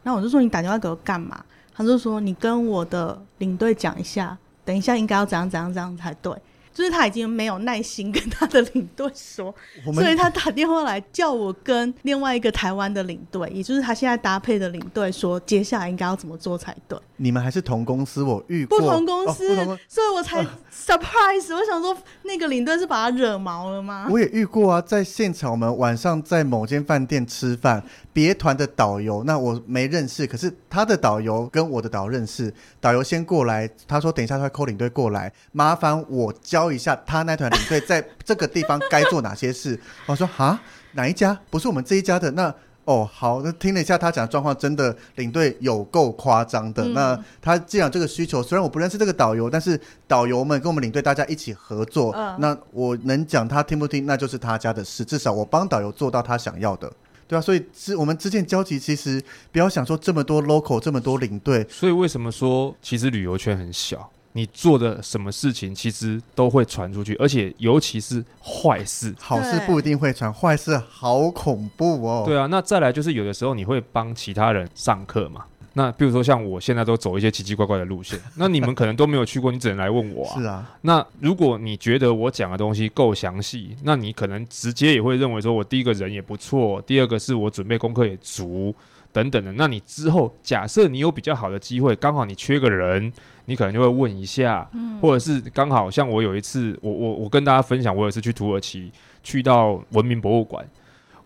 然后我就说你打电话给我干嘛？他就说你跟我的领队讲一下，等一下应该要怎样怎样怎样才对。就是他已经没有耐心跟他的领队说，我们所以他打电话来叫我跟另外一个台湾的领队，也就是他现在搭配的领队说，接下来应该要怎么做才对。你们还是同公司，我遇过不同公司，哦不同公啊所以我才 surprise。我想说，那个领队是把他惹毛了吗？我也遇过啊，在现场我们晚上在某间饭店吃饭，别团的导游，那我没认识，可是他的导游跟我的导游认识，导游先过来，他说等一下他会扣领队过来，麻烦我教一下他那团领队在这个地方该做哪些事。 我说哈，哪一家？不是我们这一家的那。哦，好，那听了一下他讲的状况，真的领队有够夸张的。嗯那他既然有这个需求，虽然我不认识这个导游，但是导游们跟我们领队大家一起合作，嗯那我能讲他听不听，那就是他家的事。至少我帮导游做到他想要的，对啊。所以之我们之间交集，其实不要想说这么多 local，这么多领队，所以为什么说其实旅游圈很小？你做的什么事情其实都会传出去，而且尤其是坏事。好事对不一定会传，坏事好恐怖哦。对啊，那再来就是有的时候你会帮其他人上课嘛。那比如说像我现在都走一些奇奇怪怪的路线，那你们可能都没有去过，你只能来问我啊。是啊，那如果你觉得我讲的东西够详细，那你可能直接也会认为说我第一个人也不错，第二个是我准备功课也足，等等的。那你之后假设你有比较好的机会，刚好你缺个人，你可能就会问一下，或者是刚好像我有一次，我我我跟大家分享，我有一次去土耳其，去到文明博物馆。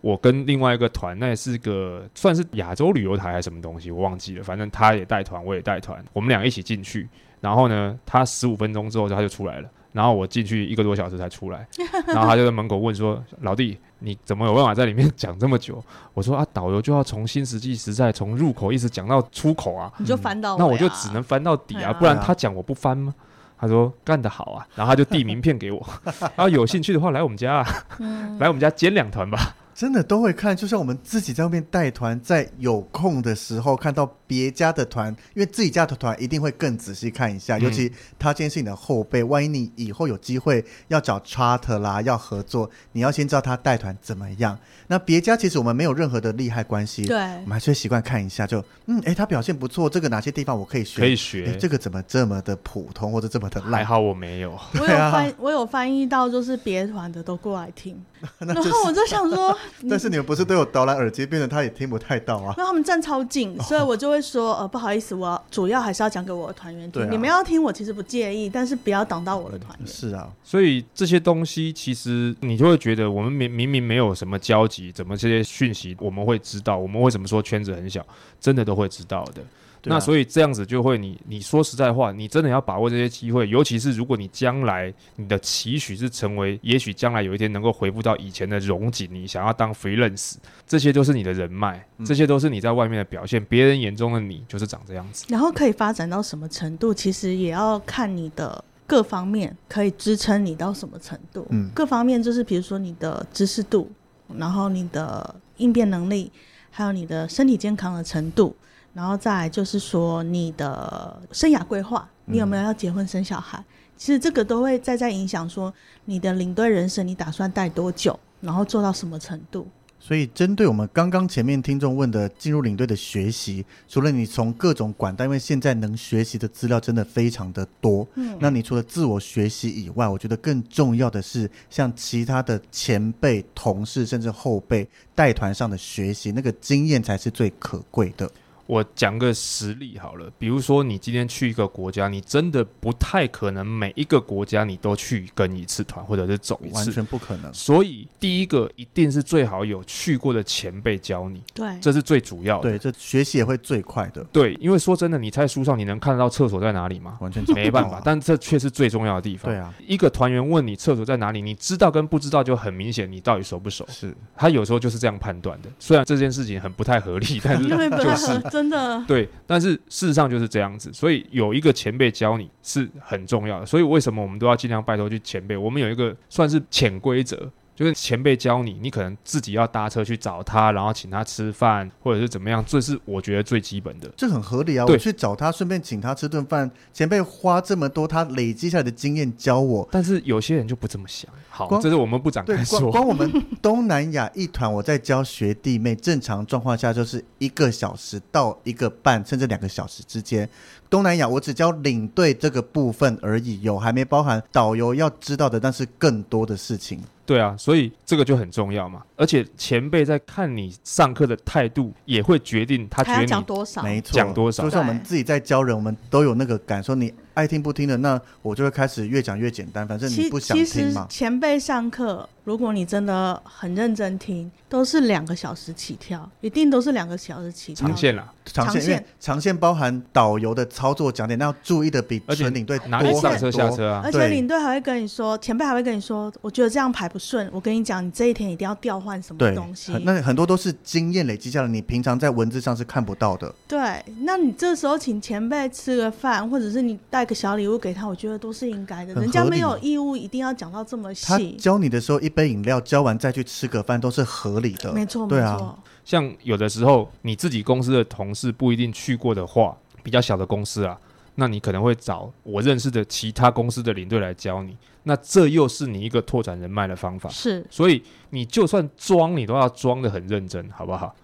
我跟另外一个团，那也是个算是亚洲旅游台还是什么东西，我忘记了。反正他也带团，我也带团，我们俩一起进去。然后呢，他十五分钟之后他就出来了，然后我进去一个多小时才出来。然后他就在门口问说：“老弟，你怎么有办法在里面讲这么久？”我说：“啊，导游就要从新实际实在从入口一直讲到出口啊，你就翻到、那我就只能翻到底哦对啊，啊不然他讲我不翻吗？”他说：“干得好啊！”然后他就递名片给我，然后有兴趣的话来我们家、啊，嗯来我们家煎两团吧。真的都会看，就像我们自己在外面带团，在有空的时候看到别家的团，因为自己家的团一定会更仔细看一下，嗯尤其他今天是你的后辈，万一你以后有机会要找 charter 啦，要合作，你要先知道他带团怎么样。那别家其实我们没有任何的利害关系，我对们还是会习惯看一下，就嗯，诶，他表现不错，这个哪些地方我可以学？可以诶学，哎这个怎么这么的普通或者这么的还烂？好我没有。我有对啊翻、我有翻译到，就是别团的都过来听， 那然就是，后我就想 说，你但是你们不是都有导览耳机，变成他也听不太到啊。因为他们站超哦近，所以我就会说，呃，不好意思，我主要还是要讲给我的团员听。对啊你们要听，我其实不介意，但是不要挡到我的团员。是啊，所以这些东西其实你就会觉得我们明明明没有什么交集，怎么这些讯息我们会知道？我们为什么说圈子很小？真的都会知道的。对啊那所以这样子就会你你说实在话，你真的要把握这些机会，尤其是如果你将来你的期许是成为，也许将来有一天能够回复到以前的荣景，你想要当 freelance，这些都是你的人脉，这些都是你在外面的表现，别人眼中的你就是长这样子。然后可以发展到什么程度，其实也要看你的各方面可以支撑你到什么程度。嗯各方面就是比如说你的知识度，然后你的应变能力，还有你的身体健康的程度，然后再来就是说你的生涯规划，你有没有要结婚生小孩？其实这个都会再再影响说你的领队人生，你打算带多久，然后做到什么程度。所以，针对我们刚刚前面听众问的进入领队的学习，除了你从各种管道，因为现在能学习的资料真的非常的多。嗯那你除了自我学习以外，我觉得更重要的是像其他的前辈、同事甚至后辈带团上的学习，那个经验才是最可贵的。我讲个实例好了，比如说你今天去一个国家，你真的不太可能每一个国家你都去跟一次团或者是走一完次，全不可能。所以第一个一定是最好有去过的前辈教你，对，这是最主要的。对，这学习也会最快的，对，因为说真的，你在书上你能看得到厕所在哪里吗？完全 没办法，但但这却是最重要的地方。对啊，一个团员问你厕所在哪里，你知道跟不知道就很明显，你到底熟不熟？是他有时候就是这样判断的。虽然这件事情很不太合理，但是因为就本是来真的对，但是事实上就是这样子，所以有一个前辈教你是很重要的。所以为什么我们都要尽量拜托去前辈？我们有一个算是潜规则，就是前辈教你，你可能自己要搭车去找他，然后请他吃饭，或者是怎么样，这是我觉得最基本的。这很合理啊！对我去找他，顺便请他吃顿饭。前辈花这么多，他累积下来的经验教我，但是有些人就不这么想，好，光这是我们不展对开，光说。光我们东南亚一团，我在教学弟妹，正常状况下就是一个小时到一个半，甚至两个小时之间。东南亚我只教领队这个部分而已，有还没包含导游要知道的，但是更多的事 情。对啊，所以这个就很重要嘛。而且前辈在看你上课的态度，也会决定他还要觉得讲你多少？没错，讲多少就像我们自己在教人，我们都有那个感受，你爱听不听的，那我就会开始越讲越简单，反正你其不想其听实嘛。前辈上课，如果你真的很认真听，都是两个小时起跳，一定都是两个小时起跳。长线啦，长长线，因为线长线包含导游的操作讲解，那要注意的比而且纯领队哪多里很上车下多。车啊？而且对领队还会跟你说，前辈还会跟你说，我觉得这样排不顺，我跟你讲，你这一天一定要调换什么对东西。，很那很多都是经验累积下来，你平常在文字上是看不到的。对，那你这时候请前辈吃个饭，或者是你带个小礼物给他，我觉得都是应该的。很人家合没理有义务一定要讲到这么他细。教你的时候，一杯饮料教完再去吃个饭都是合理的。没错，没对啊错，像有的时候你自己公司的同事不一定去过的话，比较小的公司啊，那你可能会找我认识的其他公司的领队来教你，那这又是你一个拓展人脉的方法。是所以你就算装，你都要装得很认真，好不好？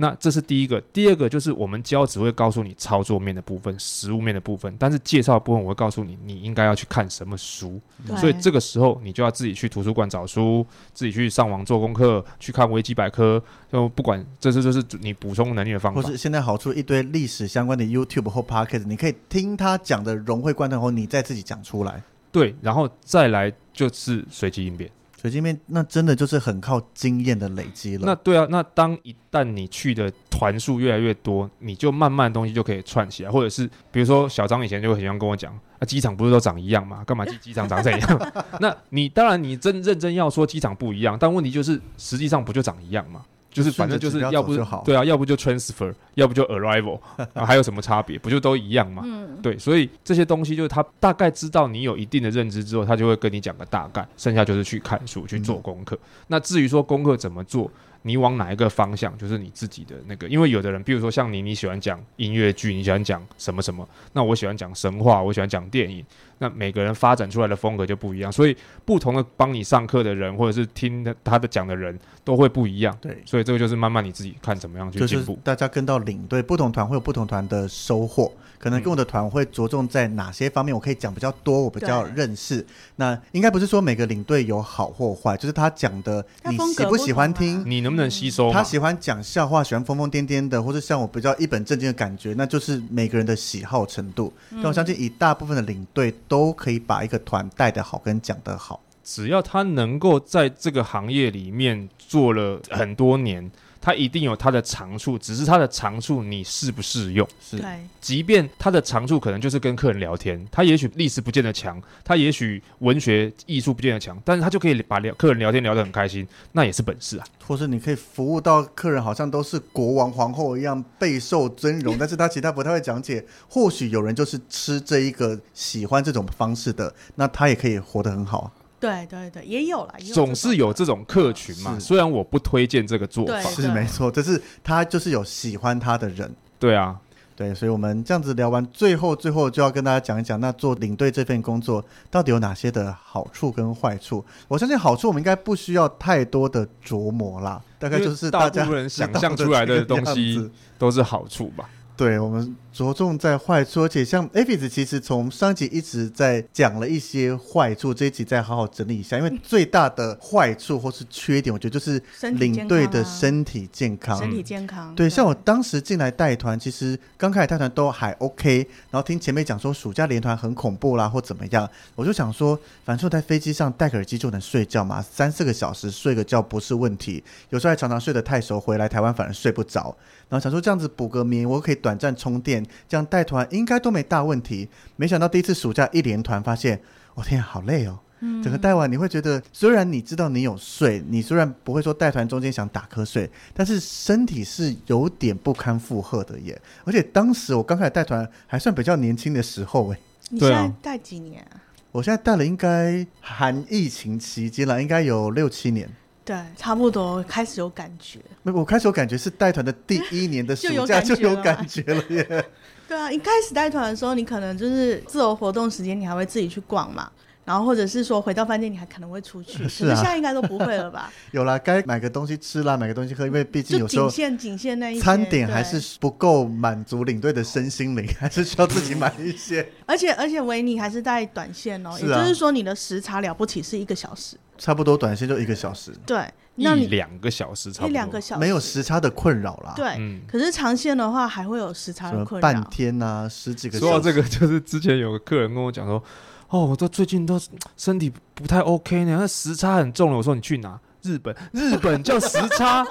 那这是第一个，第二个就是我们教只会告诉你操作面的部分、实物面的部分，但是介绍部分我会告诉你你应该要去看什么书。嗯对所以这个时候你就要自己去图书馆找书，自己去上网做功课，去看维基百科，就不管这是这是你补充能力的方或法。是现在好处一堆历史相关的 YouTube 或 Podcast，你可以听他讲的融会贯通后，你再自己讲出来。对，然后再来就是随机应变。所以这边那真的就是很靠经验的累积了。那对啊，那当一旦你去的团数越来越多，你就慢慢的东西就可以串起来，或者是比如说小张以前就很喜欢跟我讲，啊，机场不是都长一样吗？干嘛机机场长这样？那你当然你真认真要说机场不一样，但问题就是实际上不就长一样吗？就是反正就是顺着指标要不走就好对啊，要不就 transfer，要不就 arrival，、啊、还有什么差别？不就都一样吗？嗯，对，所以这些东西就是他大概知道你有一定的认知之后，他就会跟你讲个大概，剩下就是去看书去做嗯功课。那至于说功课怎么做，你往哪一个方向，就是你自己的那个。因为有的人，比如说像你，你喜欢讲音乐剧，你喜欢讲什么什么，那我喜欢讲神话，我喜欢讲电影。那每个人发展出来的风格就不一样，所以不同的帮你上课的人，或者是听的他的讲的人都会不一样。对，所以这个就是慢慢你自己看怎么样去就是进步。大家跟到领队，不同团会有不同团的收获。可能跟我的团会着重在哪些方面，我可以讲比较多，我比较对认识。那应该不是说每个领队有好或坏，就是他讲的他你风喜格不不喜欢同啊听，你能不能吸收嘛？他喜欢讲笑话，喜欢疯疯癫癫的，或是像我比较一本正经的感觉，那就是每个人的喜好程度。嗯但我相信，以大部分的领队都可以把一个团带得好跟讲得好。只要他能够在这个行业里面做了很多年，他一定有他的长处，只是他的长处你适不适用。是对，即便他的长处可能就是跟客人聊天，他也许历史不见得强，他也许文学艺术不见得强，但是他就可以把聊客人聊天聊得很开心，那也是本事啊。或是你可以服务到客人，好像都是国王皇后一样备受尊 荣，但是他其他不太会讲解。或许有人就是吃这一个喜欢这种方式的，那他也可以活得很好。对对对，也有啦，也有总是有哎这这种客群嘛，是虽然我不推荐这个做法，对是没错，这是他就是有喜欢他的人。对啊，对，所以我们这样子聊完，最后最后就要跟大家讲一讲，那做领队这份工作到底有哪些的好处跟坏处？我相信好处我们应该不需要太多的琢磨啦，大大概就是大 大家部分人想知道象出来的这个东样子西都是好处吧。对，我们着重在坏处，而且像 Avis 其实从上一集一直在讲了一些坏处，这一集再好好整理一下，因为最大的坏处或是缺点，我觉得就是身体领健队康的啊身体健康。啊身体健康，嗯对，像我当时进来带团，其实刚开始带团都还 OK，然后听前辈讲说暑假连团很恐怖啦，或怎么样，我就想说，反正我在飞机上戴个耳机就能睡觉嘛，三四个小时睡个觉不是问题。有时候还常常睡得太熟，回来台湾反而睡不着。然后想说这样子补个眠，我可以短暂充电，这样带团应该都没大问题。没想到第一次暑假一连团，发现我、天、啊，好累哦。整个带完，你会觉得，虽然你知道你有睡，你虽然不会说带团中间想打瞌睡，但是身体是有点不堪负荷的耶。而且当时我刚开始带团还算比较年轻的时候，哎，你现对啊在带几年啊？我现在带了应该含疫情期间了，应该有六七年。对，差不多开始有感觉。没有，我开始有感觉是带团的第一年的 就暑有假感就觉有了感吗觉了耶。对啊，一开始带团的时候，你可能就是自由活动时间，你还会自己去逛嘛，然后或者是说回到饭店，你还可能会出 去。是可啊是现在应该都不会了 吧？有啦，该买个东西吃啦，买个东西喝，因为毕竟就有时候仅限仅限那一些餐点还对是不够满足领队的身心灵，还是需要自己买一些。而且而且维尼还是带短线哦，是也啊就是说你的时差了不起是一个小时，差不多短线就一个小时，对，一那你两个小时差不一多，两个小时哎没有时差的困扰啦。，对，嗯可是长线的话还会有时差什的么困半扰。天呐、十几个说到小时。这个， 就是之前有个客人跟我讲说，哦，我都最近都身体不太 OK 呢，那时差很重了。我说你去哪？日本，日本叫时差，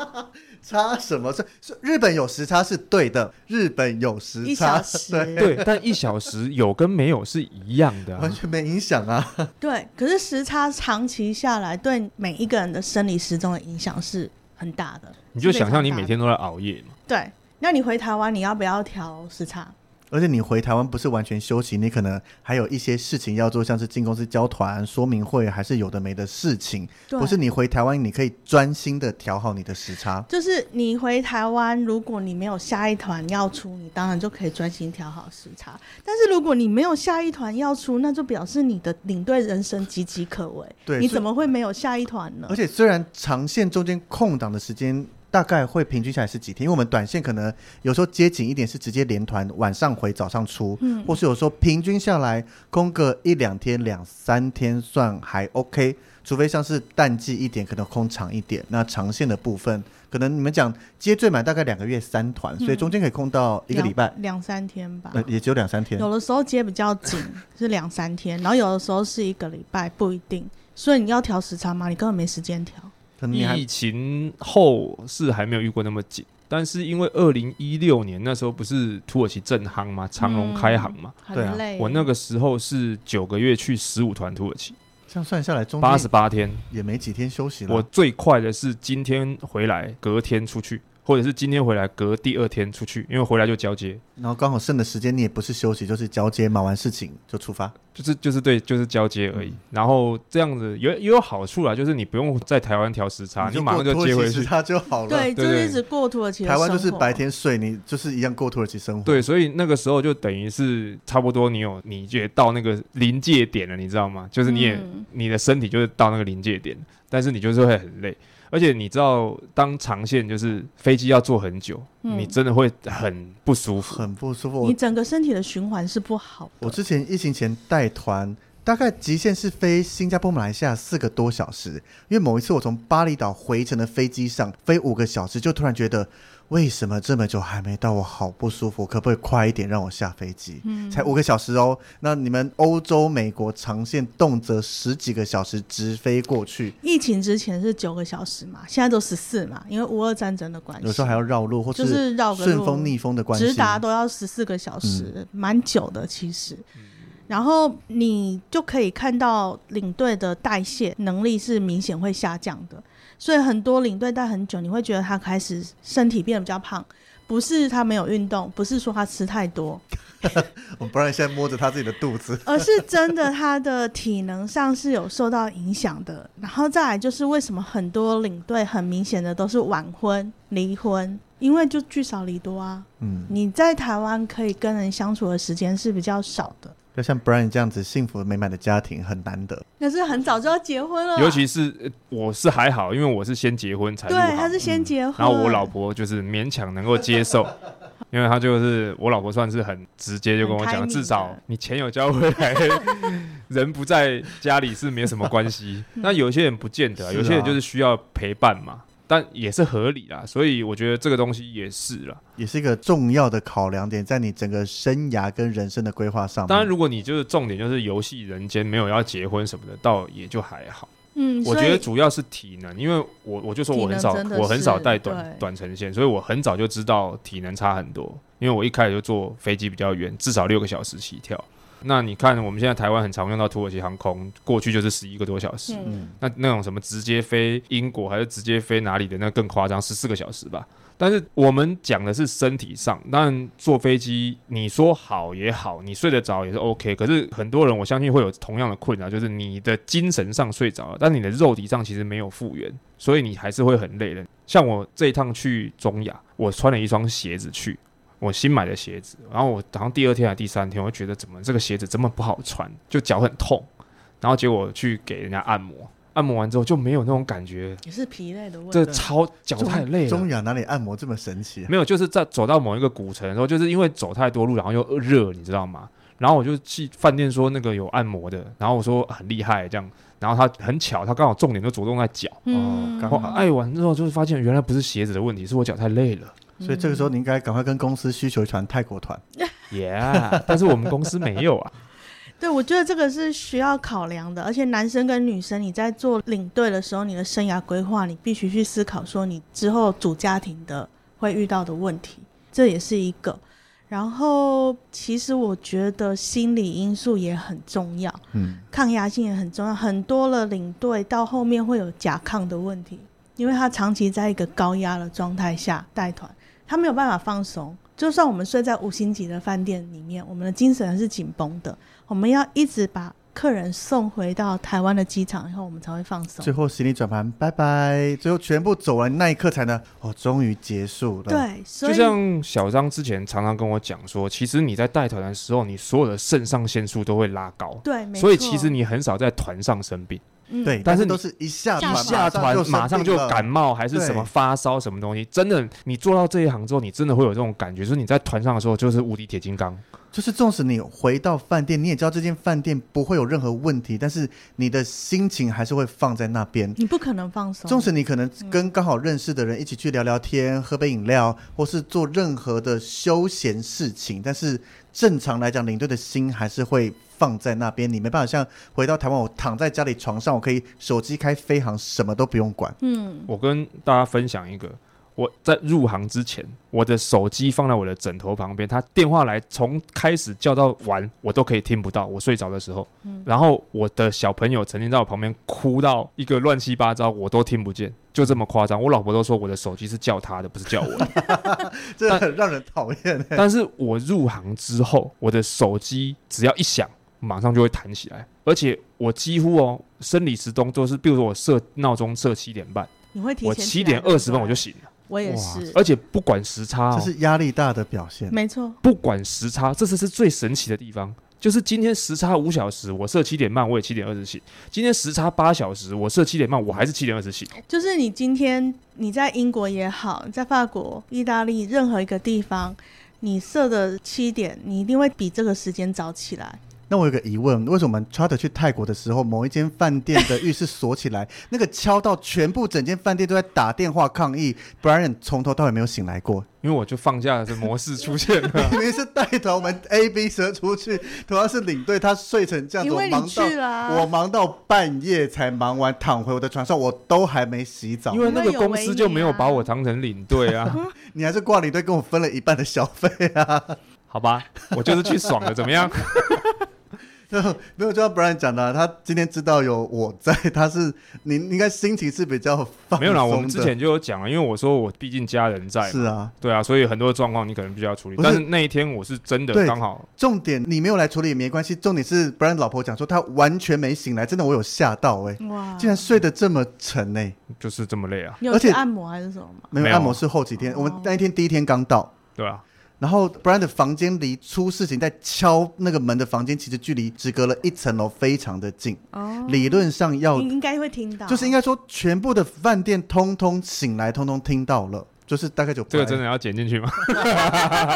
差什么？是是日本有时差是对的，日本有时一差小时对，对，但一小时有跟没有是一样的、完啊。全没影响啊。对，可是时差长期下来，对每一个人的生理时钟的影响是很大的。你就是非想常象你大每的天都在熬夜嘛，对，那你回台湾，你要不要调时差？而且你回台湾不是完全休息，你可能还有一些事情要做，像是进公司交团、说明会，还是有的没的事情。对不是你回台湾，你可以专心的调好你的时差。就是你回台湾，如果你没有下一团要出，你当然就可以专心调好时差。但是如果你没有下一团要出，那就表示你的领队人生岌岌可危。对你所以怎么会没有下一团呢而？且虽然长线中间空档的时间大概会平均下来是几天？因为我们短线可能有时候接紧一点是直接连团，晚上回早上出，嗯或是有时候平均下来空个一两天、两三天算还 OK。除非像是淡季一点，可能空长一点。那长线的部分，可能你们讲接最满大概两个月三团，所以中间可以空到一个礼拜，两两三天吧。呃，也只有两三天。嗯有的时候接比较 紧是两三天，然后有的时候是一个礼拜，不一定。所以你要调时差吗？你根本没时间调。可能嗯你还疫情后是还没有遇过那么紧，但是因为二零一六年那时候不是土耳其正夯吗？长荣开航嘛，很对啊累。我那个时候是九个月去十五团土耳其，这样算下来，中八间十八天，也没几天休息了。我最快的是今天回来，隔天出去，或者是今天回来隔第二天出去，因为回来就交接，然后刚好剩的时间，你也不是休息，就是交接，忙完事情就出发。就是就是对，就是交接而已。嗯然后这样子也也有好处啦，就是你不用在台湾调时差，你就马上过土接耳回其时去。差就好了。对，就对对是一直过土耳其的台湾就是生活白天睡，你就是一样过土耳其生活。对，所以那个时候就等于是差不多，你有你也到那个临界点了，你知道吗？就是你也、嗯你的身体就是到那个临界点，但是你就是会很累，而且你知道，当长线就是飞机要坐很久，嗯你真的会很不舒服。很不舒服。你我整个身体的循环是不好的。我之前疫情前带团，大概极限是飞新加坡、马来西亚四个多小时。因为某一次我从巴厘岛回程的飞机上飞五个小时，就突然觉得为什么这么久还没到，我好不舒服，可不可以快一点让我下飞机？嗯才五个小时哦。那你们欧洲、美国长线动辄十几个小时直飞过去，疫情之前是九个小时嘛，现在都十四嘛，因为乌俄战争的关系，有时候还要绕路，或就是绕个路顺风逆风的关系。直达都要十四个小时，蛮、久的其实。然后你就可以看到领队的代谢能力是明显会下降的，所以很多领队带很久，你会觉得他开始身体变得比较胖，不是他没有运动，不是说他吃太多，我们不然现在摸着他自己的肚子，而是真的他的体能上是有受到影响的。然后再来就是为什么很多领队很明显的都是晚婚、离婚，因为就聚少离多啊。嗯，你在台湾可以跟人相处的时间是比较少的，要像 Brian 这样子幸福美满的家庭很难得。那是很早就要结婚了，尤其是呃我是还好，因为我是先结婚才入对，行他是嗯先结婚，嗯然后我老婆就是勉强能够接受， 因为她就是我老婆算是很直接就跟我很开讲，明的至少你钱有交回来， 人不在家里是没有什么关系。嗯那有些人不见得啊，是啊有些人就是需要陪伴嘛，但也是合理啦。所以我觉得这个东西也是啦。也是一个重要的考量点，在你整个生涯跟人生的规划上面。当然，如果你就是重点就是游戏人间没有要结婚什么的，倒也就还好。嗯，我所觉以得主要是体能，因为我我就说我很少体能真的是我很少带短对短程线，所以我很早就知道体能差很多。因为我一开始就坐飞机比较远，至少六个小时起跳。那你看我们现在台湾很常用到土耳其航空，过去就是十一个多小时。嗯，那那种什么直接飞英国还是直接飞哪里的，那更夸张，十四个小时吧。但是我们讲的是身体上，当然坐飞机，你说好也好，你睡得着也是 OK。可是很多人我相信会有同样的困扰，就是你的精神上睡着了，但你的肉体上其实没有复原，所以你还是会很累的。像我这一趟去中亚，我穿了一双鞋子去，我新买的鞋子，然后我好像第二天还是第三天，我就觉得怎么这个鞋子这么不好穿，就脚很痛，然后结果去给人家按摩，按摩完之后就没有那种感觉，也是疲累的问这题，超脚太累了中。亚哪里按摩这么神奇、啊？没有，就是在走到某一个古城的时候，就是因为走太多路，然后又热，你知道吗？然后我就去饭店说那个有按摩的，然后我说很厉害这样，然后他很巧，他刚好重点就着重在脚，嗯，哦然后按完之后就是发现原来不是鞋子的问题，是我脚太累了。所以这个时候你应该赶快跟公司需求一团泰国团。 Yeah，但是我们公司没有啊。对，我觉得这个是需要考量的，而且男生跟女生你在做领队的时候，你的生涯规划，你必须去思考说你之后组家庭的会遇到的问题，这也是一个。然后，其实我觉得心理因素也很重要，嗯，抗压性也很重要。很多的领队到后面会有甲亢的问题，因为他长期在一个高压的状态下带团，他没有办法放松。就算我们睡在五星级的饭店里面，我们的精神是紧绷的，我们要一直把客人送回到台湾的机场以后，我们才会放松最。后行李转盘，拜拜。最后全部走完那一刻才能，哦，终于结束了。，对，所就以像小张之前常常跟我讲说，其实你在带团的时候，你所有的肾上腺素都会拉高，对，没错所以其实你很少在团上生病。嗯对，但是都你是一下一团下团马上就生病就了感冒还是对什么发烧什么东西，真的，你做到这一行之后，你真的会有这种感觉，就是你在团上的时候就是无敌铁金刚，就是纵使你回到饭店，你也知道这间饭店不会有任何问题，但是你的心情还是会放在那边。你不可能放松。纵使你可能跟刚好认识的人一起去聊聊天、喝杯饮料，或是做任何的休闲事情，但是正常来讲，领队的心还是会放在那边。你没办法像回到台湾，我躺在家里床上，我可以手机开飞行，什么都不用管。嗯，我跟大家分享一个，我在入行之前，我的手机放在我的枕头旁边，他电话来从开始叫到完，我都可以听不到。我睡着的时候，然后我的小朋友曾经在我旁边哭到一个乱七八糟，我都听不见，就这么夸张。我老婆都说我的手机是叫他的，不是叫我的。这很让人讨厌、欸。但是我入行之后，我的手机只要一响，马上就会弹起来，而且我几乎哦生理时钟都是，比如说我设闹钟设七点半，你会提前我七起来点二十对分不我对就醒了。我也哇是，而且不管时差、这哦，是压力大的表现。没错，不管时差，这次是最神奇的地方。就是今天时差五小时，我设七点半，我也七点二十醒；今天时差八小时，我设七点半，我还是七点二十醒。就是你今天你在英国也好，你在法国、意大利任何一个地方，你设的七点，你一定会比这个时间早起来。那我有个疑问，为什么我们 charter 去泰国的时候，某一间饭店的浴室锁起来，那个敲到全部整间饭店都在打电话抗议，Brian 从头到尾没有醒来过，因为我就放假的模式出 现了。 明明是带头我们 A B 蛇出去，同样是领队，他睡成这样子，因我为你忙去到了啊、我忙到半夜才忙完，躺回我的床上，我都还没洗澡因，为那个公司就没有因把为有维尼啊我当成领 队啊，你还是挂领队跟我分了一半的小费 啊。好吧，我就是去爽了，怎么样？没有，就像 Brian 讲的啊、他今天知道有我在，他是你你应该心情是比较放松的。没有啦，我们之前就有讲啊了，因为我说我毕竟家人在嘛，是啊，对啊，所以很多状况你可能必须要处理。不是但是那一天我是真的对刚好重点你没有来处理也没关系，重点是 Brian 老婆讲说她完全没醒来，真的我有吓到哎、哇，竟然睡得这么沉哎、就是这么累啊，你有而去且按摩还是什么吗？没有没有按摩是后几天，我们哦那一天第一天刚到，对啊，然后 Brian 的房间离出事情在敲那个门的房间，其实距离只隔了一层楼，非常的近，哦，理论上要应应该会听到，就是应该说全部的饭店通通醒来，通通听到了，就是大概就这个真的要剪进去吗？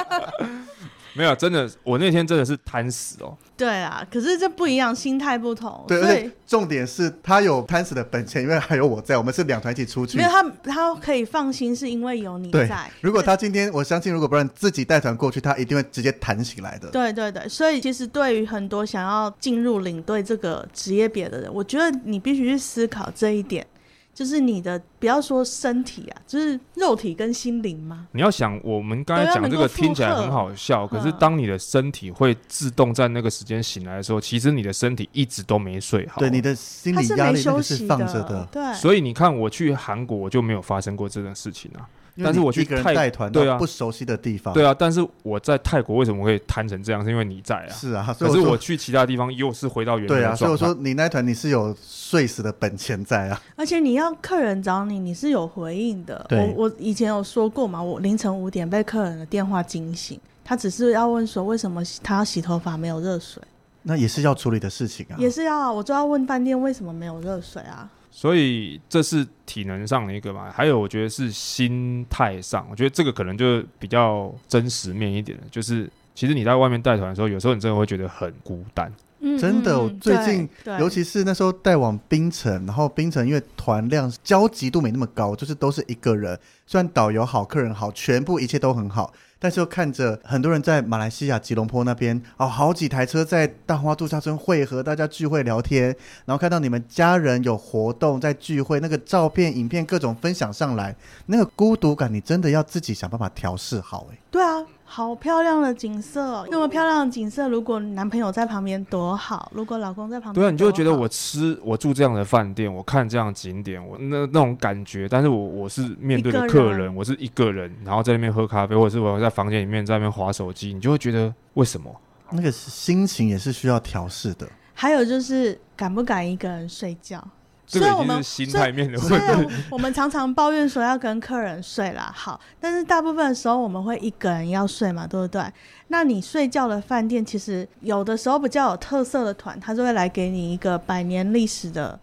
没有，啊真的，我那天真的是贪死哦。对啊，可是这不一样，心态不同，对，所而且以。重点是他有贪死的本钱，因为还有我在，我们是两团一起出去没有。他，他可以放心，是因为有你对在。，如果他今天，我相信，如果不然自己带团过去，他一定会直接弹起来的。对对对，所以其实对于很多想要进入领队这个职业别的人，我觉得你必须去思考这一点，就是你的不要说身体啊，就是肉体跟心灵嘛。你要想，我们刚才讲这个听起来很好笑，对可要能够负荷是当你的身体会自动在那个时间醒来的时候，其实你的身体一直都没睡好。对，你。的心他理是压没力那休个息是放着的，对，所以你看，我去韩国我就没有发生过这种事情啊。因为但是你我去一个人泰带团对啊到不熟悉的地方，对啊，但是我在泰国为什么会贪成这样？是因为你在啊。是啊，所可以是说我去其他地方又是回到原本对的啊，所以状我态说。你那一团你是有睡死的本钱在啊，而且你要客人找你，你是有回应的。对我我以前有说过嘛，我凌晨五点被客人的电话惊醒，他只是要问说为什么他要洗头发没有热水，那也是要处理的事情啊。也是要啊我就要问饭店为什么没有热水啊？所以这是体能上的一个嘛，还有我觉得是心态上，我觉得这个可能就比较真实面一点的，就是其实你在外面带团的时候，有时候你真的会觉得很孤单，嗯真的嗯我嗯最对近对尤其是那时候带往槟城，然后槟城因为团量交集度没那么高，就是都是一个人。虽然导游好，客人好，全部一切都很好，但是又看着很多人在马来西亚吉隆坡那边哦，好几台车在大花度假村汇合，大家聚会聊天，然后看到你们家人有活动在聚会，那个照片、影片各种分享上来，那个孤独感，你真的要自己想办法调试好、欸。对啊，好漂亮的景色、哦，那么漂亮的景色，如果男朋友在旁边多好，如果老公在旁边多对好，啊，你就会觉得我吃我住这样的饭店，我看这样的景点，我那那种感觉，但是我我是面对着一个人客人，我是一个人，然后在那边喝咖啡，或者是我在房间里面在那边划手机，你就会觉得为什么？那个心情也是需要调试的。还有就是敢不敢一个人睡觉。这虽个然我已经们是心态面的虽问题。然我们常常抱怨说要跟客人睡啦，好，但是大部分的时候我们会一个人要睡嘛，对不对？那你睡觉的饭店，其实有的时候比较有特色的团，他就会来给你一个百年历史的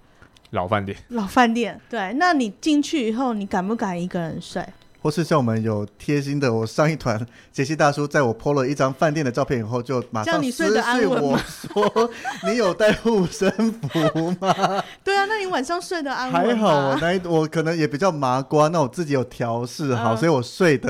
老饭店，老饭店，对，那你进去以后，你敢不敢一个人睡？或是像我们有贴心的，我上一团杰西大叔在我 PO 了一张饭店的照片以后，就马这上样你私睡得安讯稳我吗说你有带护身符吗？对啊，那你晚上睡得 安还稳好我吗？那一我可能也比较麻瓜，那我自己有调试好，嗯所以我睡得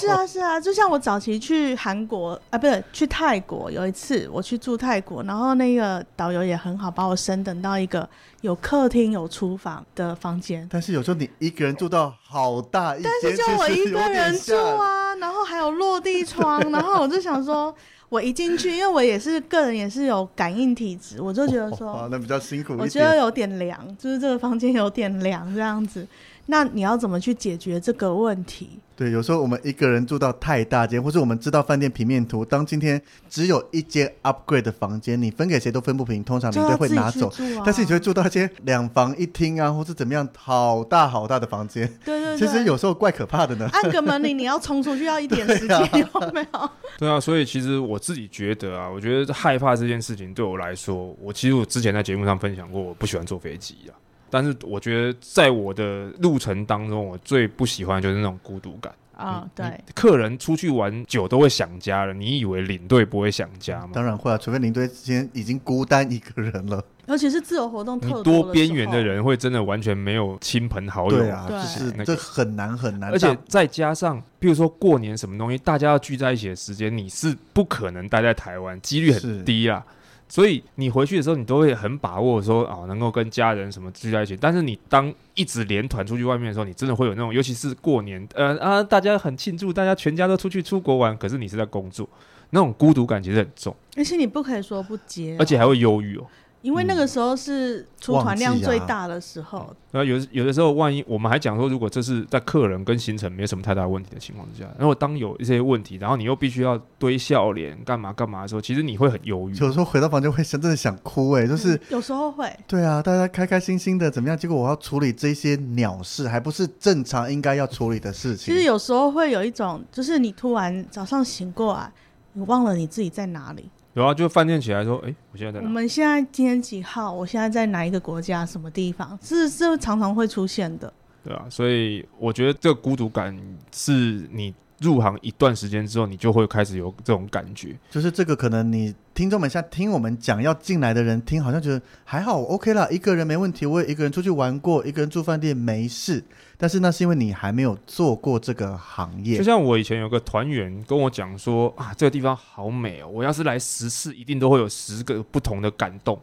是啊，是啊，就像我早期去韩国啊，不是去泰国，有一次我去住泰国，然后那个导游也很好，把我升等到一个有客厅、有厨房的房间，但是有时候你一个人住到好大一间，但是就我其一实有个点人住啊，然后还有落地窗，然后我就想说，我一进去，因为我也是个人也是有感应体质，我就觉得吓 人。说哇，，那比较辛苦我一觉得点。哦有点凉，就是这个房间有点凉这样子。那你要怎么去解决这个问题？对，有时候我们一个人住到太大间，或是我们知道饭店平面图，当今天只有一间 upgrade 的房间，你分给谁都分不平，通常领就队要会自己拿去走。住啊但是你就会住到一间两房一厅啊，或是怎么样，好大好大的房间。对对对，其实有时候怪可怕的呢。按个门铃，你要冲出去要一点 时间，啊有没有？对啊，所以其实我自己觉得啊，我觉得害怕这件事情对我来说，我其实我之前在节目上分享过，我不喜欢坐飞机啊。但是我觉得在我的路程当中，我最不喜欢的就是那种孤独感。嗯啊，对，客人出去玩久都会想家了，你以为领队不会想家吗？当然会啊，除非领队之间已经孤单一个人了。尤其是自由活动特你多多时边缘的候，人会真的完全没哦有亲朋好友，对啊，对就是那个这很难很难。而且但再加上，比如说过年什么东西，大家要聚在一起的时间，你是不可能待在台湾，几率是很低啊。所以你回去的时候，你都会很把握说啊，能够跟家人什么聚在一起。但是你当一直连团出去外面的时候，你真的会有那种，尤其是过年，呃啊，大家很庆祝，大家全家都出去出国玩，可是你是在工作，那种孤独感其实很重，而且你不可以说不接哦，而且还会忧郁哦。因为那个时候是出团量啊最大的时嗯候，那有有的时候，万一我们还讲说，如果这是在客人跟行程没什么太大问题的情况之下，如果当有一些问题，然后你又必须要堆笑脸干嘛干嘛的时候，其实你会很忧郁。有时候回到房间会真的想哭哎、就是嗯有时候会，对啊，大家开开心心的，怎么样？结果我要处理这些鸟事，还不是正常应该要处理的事其实情。有时候会有一种，就是你突然早上醒过来，你忘了你自己在哪里。有啊，就饭店起来说，哎、我现在在我哪？们现在今天几号？我现在在哪一个国家？什么地方？是是常常会出现的。对啊，所以我觉得这个孤独感是你入行一段时间之后，你就会开始有这种感觉。就是这个，可能你听众们现在听我们讲要进来的人听，好像觉得还好，OK 啦，一个人没问题。我也一个人出去玩过，一个人住饭店没事。但是那是因为你还没有做过这个行业就，像我以前有个团员跟我讲说啊，这个地方好美哦，我要是来十次，一定都会有十个不同的感动。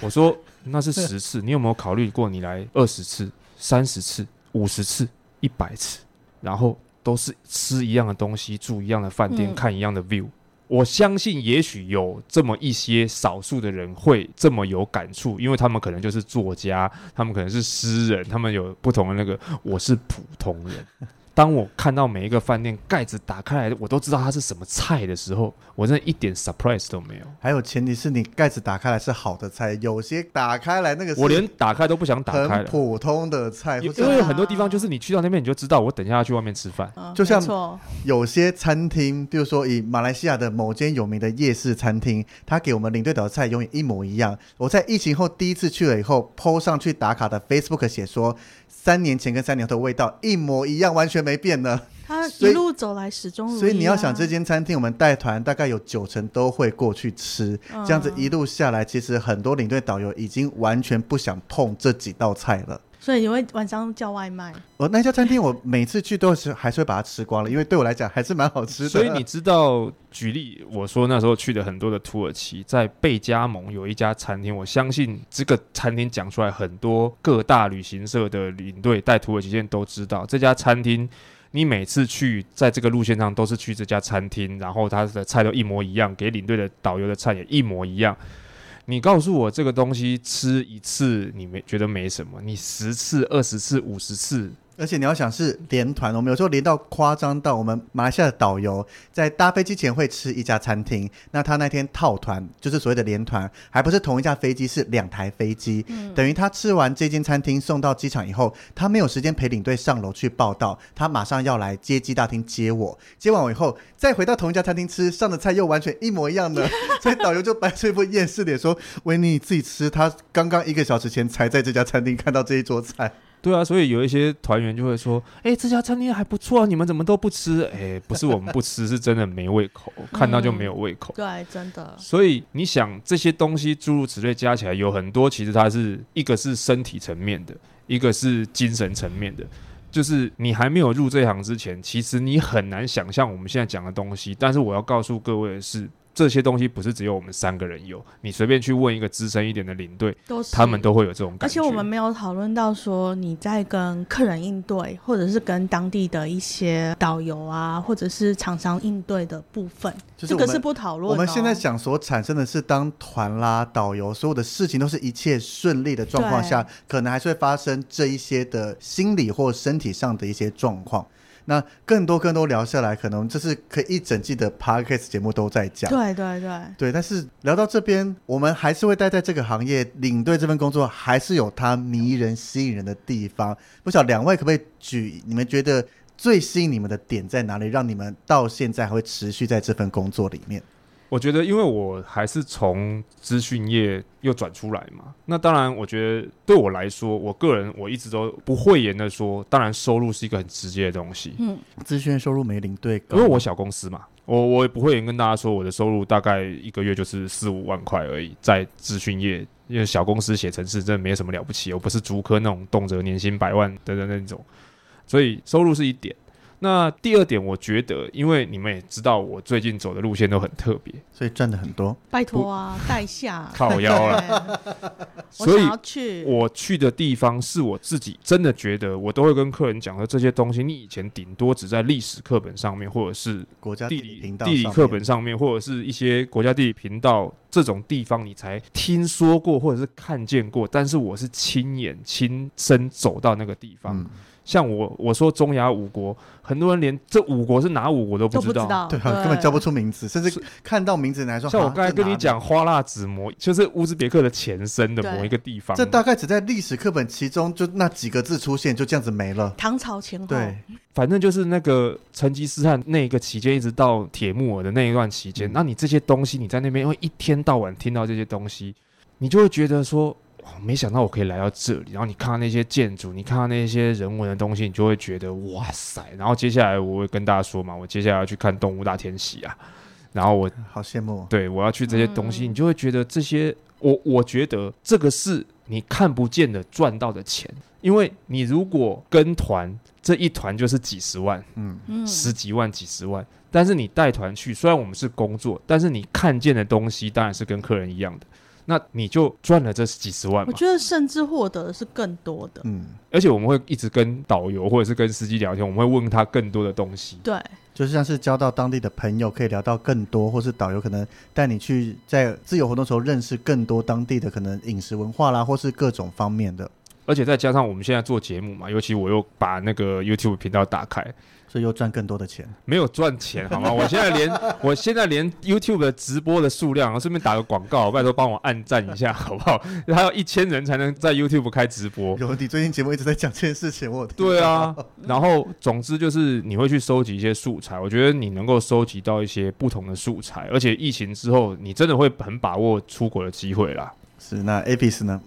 我说那是十次，你有没有考虑过你来二十次、三十次、五十次、一百次，然后都是吃一样的东西，住一样的饭店，嗯看一样的 view。我相信，也许有这么一些少数的人会这么有感触，因为他们可能就是作家，他们可能是诗人，他们有不同的那个。我是普通人，当我看到每一个饭店盖子打开来，我都知道它是什么菜的时候，我真的一点 surprise 都没有。还有前提是你盖子打开来是好的菜，有些打开来那个是我连打开都不想打开很了，普通的菜，因或因为者啊很多地方就是你去到那边你就知道，我等一下要去外面吃饭。嗯，就像没错有些餐厅，比如说以马来西亚的某间有名的夜市餐厅，它给我们领队岛的菜永远一模一样。我在疫情后第一次去了以后，PO 上去打卡的 Facebook 写说，三年前跟三年后的味道一模一样，完全没变呢。他所以一路走来始终如一、啊，所以你要想这间餐厅，我们带团大概有九成都会过去吃，嗯这样子一路下来，其实很多领队导游已经完全不想碰这几道菜了。所以你会晚上叫外卖，我那家餐厅，我每次去都是还是会把它吃光了，因为对我来讲还是蛮好吃的。所以你知道，举例我说那时候去的很多的土耳其，在贝加盟有一家餐厅，我相信这个餐厅讲出来，很多各大旅行社的领队带土耳其线都知道这家餐厅。你每次去在这个路线上都是去这家餐厅，然后它的菜都一模一样，给领队的导游的菜也一模一样。你告诉我这个东西吃一次你没觉得没什么，你十次、二十次、五十次，而且你要想是连团，我们有时候连到夸张到我们马来西亚的导游在搭飞机前会吃一家餐厅，那他那天套团就是所谓的连团，还不是同一架飞机，是两台飞机，等于他吃完这间餐厅送到机场以后，他没有时间陪领队上楼去报到，他马上要来接机大厅接我，接完我以后再回到同一家餐厅吃，上的菜又完全一模一样的，所以导游就摆出一副厌世脸说：“维尼自己吃，他刚刚一个小时前才在这家餐厅看到这一桌菜。”对啊，所以有一些团员就会说：“哎、这家餐厅还不错啊，你们怎么都不吃？”哎、不是我们 不吃，是真的没胃口，看到就没有胃口。对，真的，所以你想这些东西诸如此类加起来，有很多其实它是一个是身体层面的，一个是精神层面的。就是你还没有入这行之前，其实你很难想象我们现在讲的东西。但是我要告诉各位的是，这些东西不是只有我们三个人有，你随便去问一个资深一点的领队，都是他们都会有这种感觉。而且我们没有讨论到说你在跟客人应对，或者是跟当地的一些导游啊，或者是厂商应对的部分，就是这我们个是不讨论、哦我们现在，想所产生的是，当团啦、导游所有的事情都是一切顺利的状况下，可能还是会发生这一些的心理或身体上的一些状况。那更多更多聊下来，可能这是可以一整季的 podcast 节目都在讲。对对对，对，但是聊到这边，我们还是会待在这个行业，领队这份工作还是有它迷人、吸引人的地方。不晓得两位可不可以举你们觉得最吸引你们的点在哪里，让你们到现在还会持续在这份工作里面？我觉得，因为我还是从资讯业又转出来嘛，那当然，我觉得对我来说，我个人我一直都不讳言的说，当然收入是一个很直接的东西，嗯，资讯收入没领队高因为我小公司嘛，我我也不会跟大家说我的收入大概一个月就是四五万块而已，在资讯业，因为小公司写程式真的没什么了不起，我不是竹科那种动辄年薪百万的的那种，所以收入是一点。那第二点，我觉得，因为你们也知道，我最近走的路线都很特别，所以赚的很多。拜托啊，带下，靠腰了 了，我所以想要去，我去的地方是我自己真的觉得，我都会跟客人讲说，这些东西你以前顶多只在历史课本上面，或者是国家地地理频道地理上课面本上面，或者是一些国家地理频道这种地方，你才听说过或者是看见过。但是我是亲眼亲身走到那个地方。嗯像我我说中亚五国，很多人连这五国是哪五国都都不不知知道。道，对啊，根本叫不出名字，甚至是看到名字你还说。像我哈刚才这跟你哪里讲，花剌子模就是乌兹别克的前身的某对一个地方。这大概只在历史课本其中就那几个字出现，就这样子没了。唐朝前后，对，反正就是那个成吉思汗那个期间，一直到铁木尔的那一段期间，嗯那你这些东西你在那边，因为一天到晚听到这些东西，你就会觉得说，哇，没想到我可以来到这里。然后你看到那些建筑，你看到那些人文的东西，你就会觉得哇塞。然后接下来我会跟大家说嘛，我接下来要去看动物大迁徙啊，然后我好羡慕哦。对我要去这些东西，嗯你就会觉得这些，我我觉得这个是你看不见的赚到的钱，因为你如果跟团，这一团就是几十万、嗯，嗯，十几万、几十万，但是你带团去，虽然我们是工作，但是你看见的东西当然是跟客人一样的，那你就赚了这几十万我嘛。觉得甚至获得的是更多的，嗯，而且我们会一直跟导游或者是跟司机聊天，我们会问他更多的东西。对，就是像是交到当地的朋友，可以聊到更多，或是导游可能带你去在自由活动时候认识更多当地的可能饮食文化啦，或是各种方面的，而且再加上我们现在做节目嘛，尤其我又把那个 YouTube 频道打开，所以又赚更多的钱。没有赚钱，好吗？我现在连我现在连 YouTube 的直播的数量，顺便打个广告，拜托帮我按赞一下，好不好？还有一千人才能在 YouTube 开直播。有，你最近节目一直在讲这件事情，我有听对啊，然后总之就是你会去收集一些素材，我觉得你能够收集到一些不同的素材，而且疫情之后，你真的会很把握出国的机会啦，是那 Apis 呢？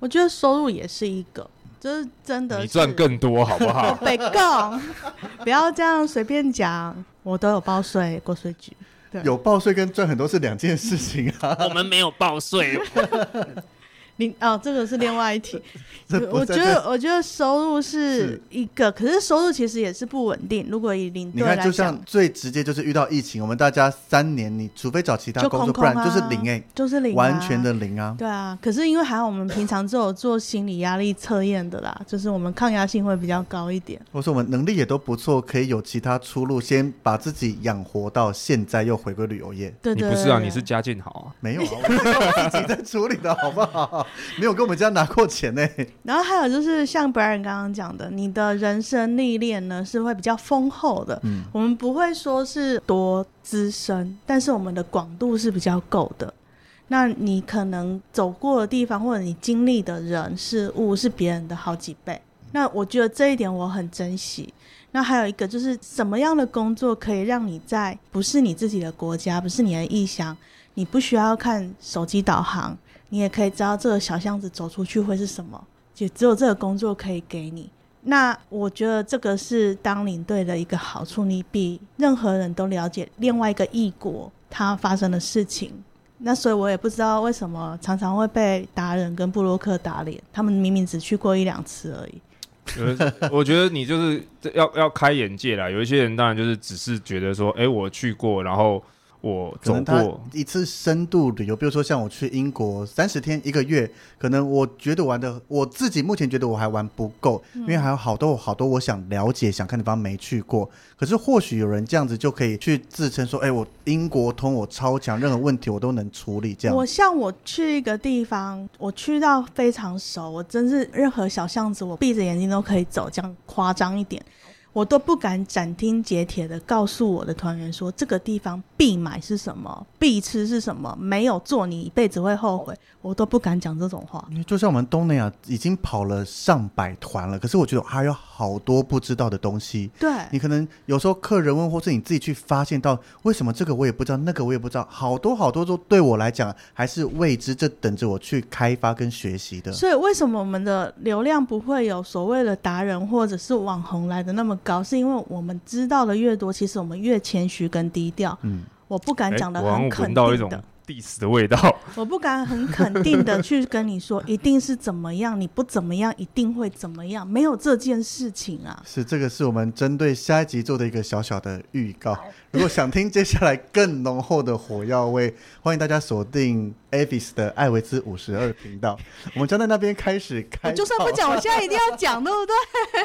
我觉得收入也是一个，这是真的是，你赚更多，好不 好？北贡，不要这样随便讲，我都有报税，国税局。对有报税跟赚很多是两件事情 啊，我们没有报税，你哦，这个是另外一题。 这对不我在觉这得，我觉得收入是是一个，可是收入其实也是不稳定。如果以领你队看，来就像讲，最直接就是遇到疫情，我们大家三年，你除非找其他就工空作，空啊，不然就是零哎、就是零啊完全的零啊。对啊。可是因为还好，我们平常就有做心理压力测验的啦，就是我们抗压性会比较高一点。或是我们能力也都不错，可以有其他出路，先把自己养活到现在，又回归旅游业。对你对不是啊，对你是家境好啊。没有啊，我是靠自己在处理的好不好？ 没有跟我们家拿过钱欸呢、然后还有就是像 Brian 刚刚讲的，你的人生历练呢是会比较丰厚的。嗯我们不会说是多资深，但是我们的广度是比较够的。那你可能走过的地方，或者你经历的人事物是别人的好几倍。那我觉得这一点我很珍惜。那还有一个就是什么样的工作可以让你在不是你自己的国家，不是你的异乡，你不需要看手机导航，你也可以知道这个小巷子走出去会是什么，也只有这个工作可以给你。那我觉得这个是当领队的一个好处，你比任何人都了解另外一个异国它发生的事情。那所以我也不知道为什么常常会被达人跟布洛克打脸，他们明明只去过一两次而已。呃我觉得你就是要要开眼界啦。有一些人当然就是只是觉得说，哎，我去过，然后我可走能他过，一次深度旅游，比如说像我去英国三十天一个月，可能我觉得玩的我自己目前觉得我还玩不够，因为还有好多好多我想了解、想看的地方没去过。可是或许有人这样子就可以去自称说：“哎、我英国通，我超强，任何问题我都能处理。”这样我像我去一个地方，我去到非常熟，我真是任何小巷子，我闭着眼睛都可以走，这样夸张一点，我都不敢斩钉截铁的告诉我的团员说这个地方必买是什么，必吃是什么，没有做你一辈子会后悔，我都不敢讲这种话。因为就像我们东南亚已经跑了上百团了，可是我觉得还有好多不知道的东西。对，你可能有时候客人问，或是你自己去发现到，为什么这个我也不知道，那个我也不知道，好多好多都对我来讲还是未知，这等着我去开发跟学习的。所以为什么我们的流量不会有所谓的达人或者是网红来的那么高？是因为我们知道的越多，其实我们越谦虚跟低调。嗯，我不敢哎讲的我好很像肯闻定到一的种，diss 的味道。 我不敢很肯定的去跟你说，一定是怎么样，你不怎么样，一定会怎么样，没有这件事情啊。是这个是我们针对下一集做的一个小小的预告。如果想听接下来更浓厚的火药味，欢迎大家锁定 Avis 的艾维兹五十二频道，我们将在那边开始开我炮。哎就算不讲，我现在一定要讲，对 不对？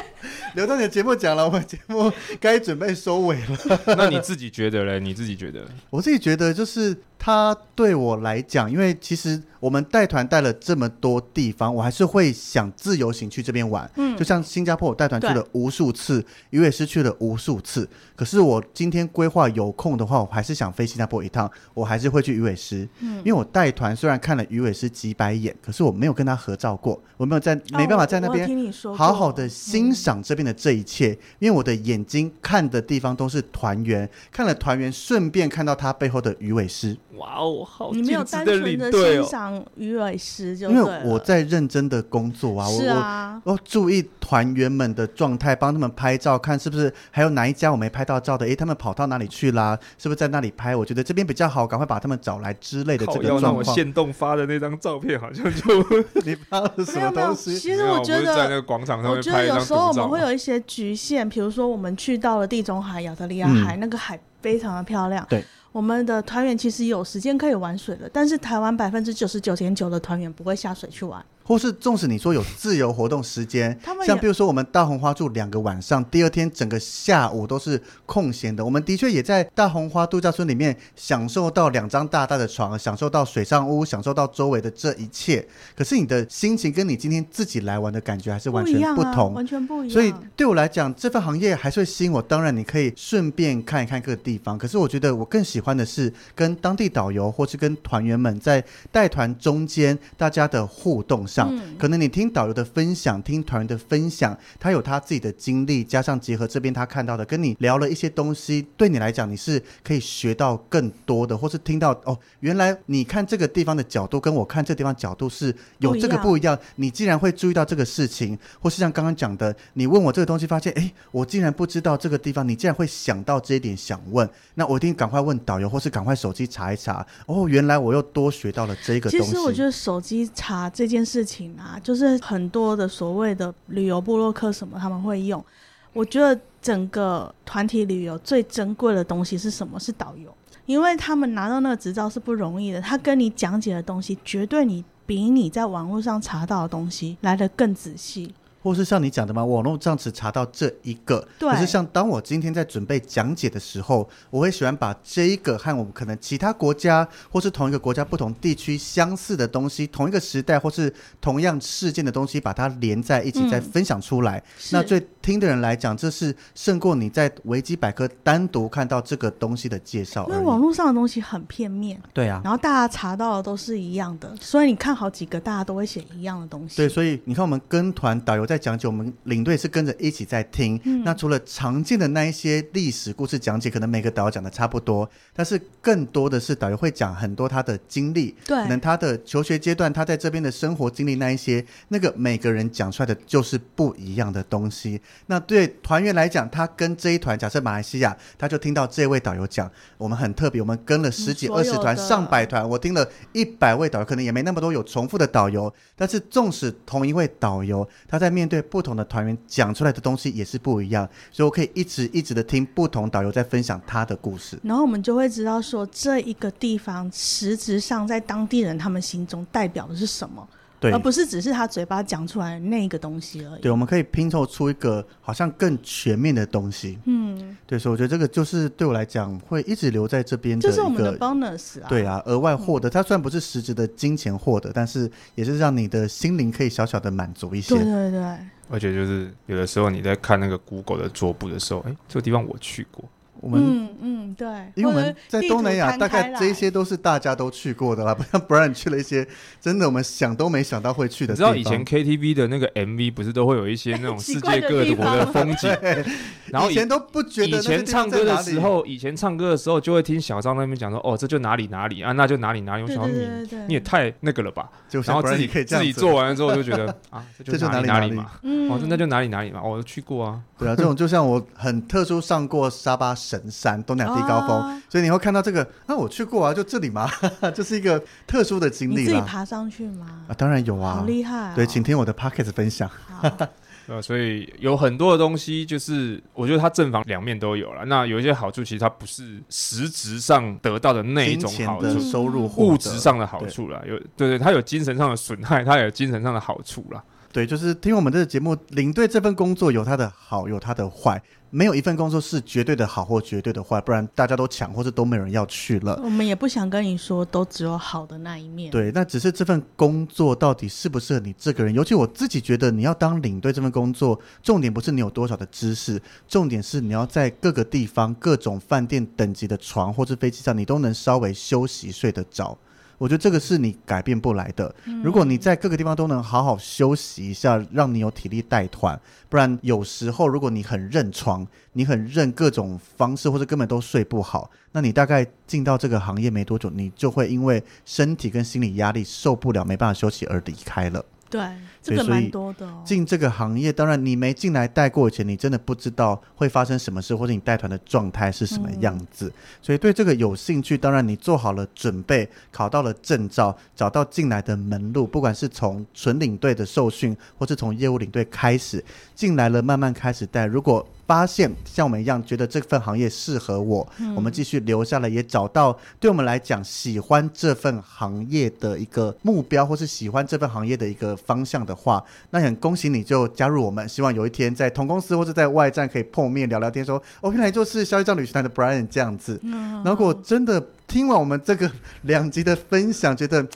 留到你的节目讲了，我们节目该准备收尾了。那你自己觉得嘞？你自己觉得？我自己觉得，就是他对我来讲，因为其实我们带团带了这么多地方，我还是会想自由行去这边玩。嗯就像新加坡，我带团去对了无数次，鱼也是去了无数次。可是我今天规划有空的话，我还是想飞新加坡一趟，我还是会去鱼尾狮。嗯因为我带团虽然看了鱼尾狮几百眼，可是我没有跟他合照过，我没有在没办法在那哦我我有边听你说过好好的欣赏这边的这一切，因为我的眼睛看的地方都是团圆，看了团圆，顺便看到他背后的鱼尾狮，哇哦，好你没有单纯的欣赏鱼尾狮就因对为了。我在认真的工作啊，我是我。啊，我注意团员们的状态，帮他们拍照，看是不是还有哪一家我没拍到照的？诶，他们跑到哪里去啦？是不是在那里拍？我觉得这边比较好，赶快把他们找来之类的这靠个要让状我况。现动发的那张照片，好像就你发了什没么有没有，东西？其实没有我觉不是在那得。个广场上我面觉得拍一有张时候我们独照会嘛。有一些局限，比如说我们去到了地中海、亚得里亚海，那个海非常的漂亮。嗯对，我们的团员其实有时间可以玩水的，但是台湾百分之九十九点九的团员不会下水去玩。或是纵使你说有自由活动时间他，们像也比如说我们大红花住两个晚上，第二天整个下午都是空闲的。我们的确也在大红花度假村里面享受到两张大大的床，享受到水上屋，享受到周围的这一切。可是你的心情跟你今天自己来玩的感觉还是完全一样不啊，同。完全不一样。所以对我来讲，这份行业还是会吸引我。当然，你可以顺便看一看各个地方。可是我觉得我更喜欢的是跟当地导游或是跟团员们在带团中间大家的互动上。嗯可能你听导游的分享，听团员的分享，他有他自己的经历，加上结合这边他看到的，跟你聊了一些东西，对你来讲你是可以学到更多的，或是听到哦，原来你看这个地方的角度跟我看这地方角度是有这个不不一样。你既然会注意到这个事情，或是像刚刚讲的，你问我这个东西，发现诶，我竟然不知道这个地方，你竟然会想到这一点想问，那我一定赶快问导游，或是赶快手机查一查。哦，原来我又多学到了这个东其西。实我觉得手机查这件事情啊，就是很多的所谓的旅游部落客什么他们会用。我觉得整个团体旅游最珍贵的东西是什么？是导游，因为他们拿到那个执照是不容易的，他跟你讲解的东西，绝对你比你在网络上查到的东西来的更仔细。或是像你讲的嘛，网络上只查到这一个。对可是像当我今天在准备讲解的时候，我会喜欢把这一个和我们可能其他国家或是同一个国家不同地区相似的东西，同一个时代或是同样事件的东西，把它连在一起再嗯分享出来。是那对听的人来讲，这是胜过你在维基百科单独看到这个东西的介绍因而为网已。络上的东西很片面，对啊，然后大家查到的都是一样的，所以你看好几个，大家都会写一样的东西。对，所以你看，我们跟团导游在讲解，我们领队是跟着一起在听。嗯那除了常见的那一些历史故事讲解，可能每个导游讲的差不多，但是更多的是导游会讲很多他的经历，对可能他的求学阶段，他在这边的生活经历那一些，那个每个人讲出来的就是不一样的东西。那对团员来讲，他跟这一团，假设马来西亚，他就听到这位导游讲，我们很特别，我们跟了十几、嗯二十所有团、的上百团，我听了一百位导游，可能也没那么多有重复的导游，但是纵使同一位导游，他在面对不同的团员讲出来的东西也是不一样，所以我可以一直一直的听不同导游在分享他的故事。然后我们就会知道说，这一个地方实质上在当地人他们心中代表的是什么，对而，不是只是他嘴巴讲出来的那一个东西而已。对，我们可以拼凑出一个好像更全面的东西。嗯，对，所以我觉得这个就是对我来讲会一直留在这边的这一是我们的个。 bonus 啊。嗯对啊，额外获得，它虽然不是实质的金钱获得，但是也是让你的心灵可以小小的满足一些对。对对，而且就是有的时候你在看那个 Google 的桌布的时候，哎、这个地方我去过，我们嗯嗯对，因为我或们者在地东图南亚，摊大开概来这些都是大家都去过的啦，不像 Brian 去了一些真的我们想都没想到会去你的知地方。道以前 KTV 的那个 MV 不是都会有一些那 种奇世怪界的各地国的方风 景，然后以以前都不觉得以那个前地方唱在歌的哪里时，候，以前唱歌的时候就会听小张那边讲说，哦，这就哪里哪里啊，那就哪里哪里。我对想说对你对对，你也太那个了吧。就然像后 Brian 自己可以这自样己子做，完了之后就觉得啊，这这就就哪哪里里哪里里嘛，嗯，哦，这那就哪里哪里嘛，我去过啊。对啊，这种就像我很特殊上过沙巴神山东南亚低高峰，哦所以你会看到这个，那、我去过啊，就这里嘛， 这是一个特殊的经你历自己啦。爬上去吗啊，？当然有啊好，厉害哦！对，请听我的 p o c k e t 分享。好呃，所以有很多的东西，就是我觉得它正反两面都有了。那有一些好处，其实它不是实质上得到的那一金种钱好的处，收入获得物质上的好处啦，有对对，它有精神上的损害，它也有精神上的好处啦。对，就是听我们这个节目，领队这份工作有它的好，有它的坏，没有一份工作是绝对的好或绝对的坏，不然大家都抢，或是都没有人要去了。我们也不想跟你说都只有好的那一面。对，那只是这份工作到底适不适合你这个人？尤其我自己觉得，你要当领队这份工作，重点不是你有多少的知识，重点是你要在各个地方、各种饭店等级的床或是飞机上，你都能稍微休息睡得着。我觉得这个是你改变不来的。如果你在各个地方都能好好休息一下，让你有体力带团，不然有时候如果你很认床，你很认各种方式，或者根本都睡不好，那你大概进到这个行业没多久，你就会因为身体跟心理压力受不了，没办法休息而离开了。对，这对个所以蛮多的哦。进这个行业，当然你没进来带过以前，你真的不知道会发生什么事，或者你带团的状态是什么样子。所以对这个有兴趣，当然你做好了准备，考到了证照，找到进来的门路，不管是从纯领队的受训，或是从业务领队开始进来了，慢慢开始带。如果发现像我们一样觉得这份行业适合我，嗯我们继续留下来，也找到对我们来讲喜欢这份行业的一个目标，或是喜欢这份行业的一个方向的话，那很恭喜你就加入我们。希望有一天在同公司或者在外站可以碰面聊聊天说，哦，原来就是消费账旅行团的 Brian 这样子。嗯，然后如果真的听完我们这个两集的分享，觉得。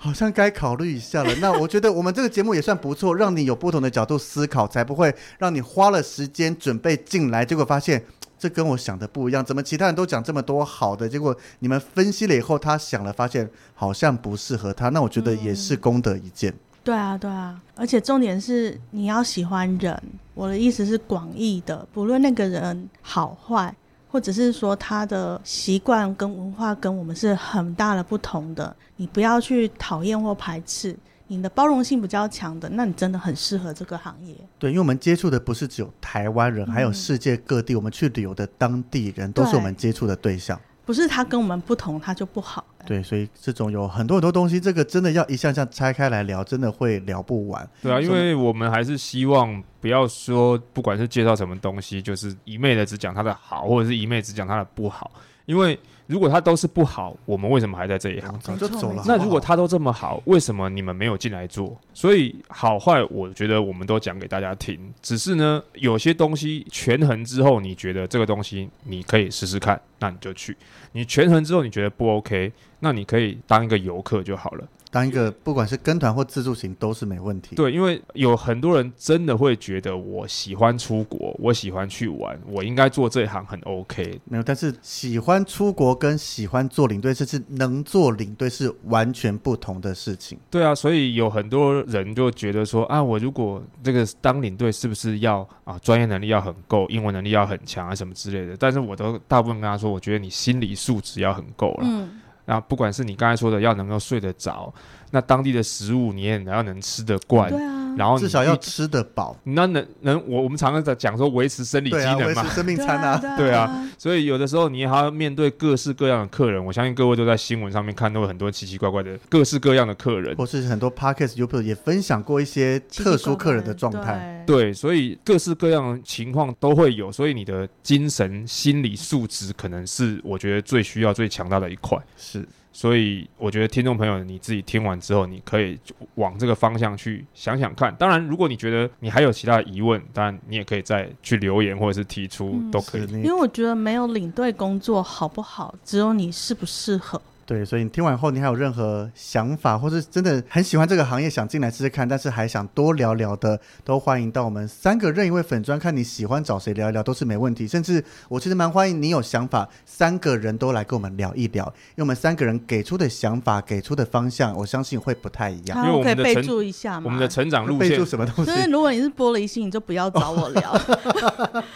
好像该考虑一下了。那我觉得我们这个节目也算不错，让你有不同的角度思考，才不会让你花了时间准备进来，结果发现这跟我想的不一样。怎么其他人都讲这么多好的，结果你们分析了以后，他想了，发现好像不适合他。那我觉得也是功德一件。对啊，对啊，而且重点是你要喜欢人。我的意思是广义的，不论那个人好坏，或者是说他的习惯跟文化跟我们是很大的不同的，你不要去讨厌或排斥。你的包容性比较强的，那你真的很适合这个行业。对，因为我们接触的不是只有台湾人，还有世界各地我们去旅游的当地人，都是我们接触的对象。不是他跟我们不同，他就不好。对，所以这种有很多很多东西，这个真的要一项项拆开来聊，真的会聊不完。对啊，因为我们还是希望不要说不管是介绍什么东西，就是一昧的只讲它的好，或者是一昧只讲它的不好。因为如果它都是不好，我们为什么还在这一行？早就走了。 那如果好它都这么好，为什么你们没有进来做？所以好坏，我觉得我们都讲给大家听。只是呢，有些东西权衡之后，你觉得这个东西你可以试试看，那你就去；你权衡之后，你觉得不 OK，那你可以当一个游客就好了。不好当一个不管是跟团或自助行都是没问题。，对，因为有很多人真的会觉得我喜欢出国，我喜欢去玩，我应该做这一行很 OK。没有，但是喜欢出国跟喜欢做领队，甚至能做领队是完全不同的事情。对啊，所以有很多人就觉得说啊，我如果这个当领队是不是要啊专业能力要很够，英文能力要很强啊什么之类的？但是我都大部分跟他说，我觉得你心理素质要很够了。嗯，那不管是你刚才说的要能够睡得着，那当地的食物你也要能吃得惯，对啊，然后哦你至少要一吃得饱，那能能我我们常常在讲说维持生理机对啊，维能嘛持，生命对餐啊，啊，对啊，所以有的时候你还要面对各式各样的客人，我相信各位都在新闻上面看到很多奇奇怪怪的各式各样的客人。或是很多 podcast YouTube 也分享过一些奇奇特殊怪客人怪的状态。，对，所以各式各样的情况都会有，所以你的精神、心理素质可能是我觉得最需要、最强大的一块。是，所以我觉得听众朋友，你自己听完之后，你可以往这个方向去想想看。当然，如果你觉得你还有其他的疑问，当然你也可以再去留言或者是提出嗯都可以是。对你因为我觉得没有领队工作好不好，只有你适不适合。对，所以你听完后，你还有任何想法，或是真的很喜欢这个行业，想进来试试看，但是还想多聊聊的，都欢迎到我们三个任意位粉专，看你喜欢找谁聊一聊，都是没问题。甚至我其实蛮欢迎你有想法，三个人都来跟我们聊一聊，因为我们三个人给出的想法、给出的方向，我相信会不太一样。好因为我可以们的备成注一下嘛。我们的成长路备线注什么东西所？以如果你是玻璃心，你就不要找我聊。哦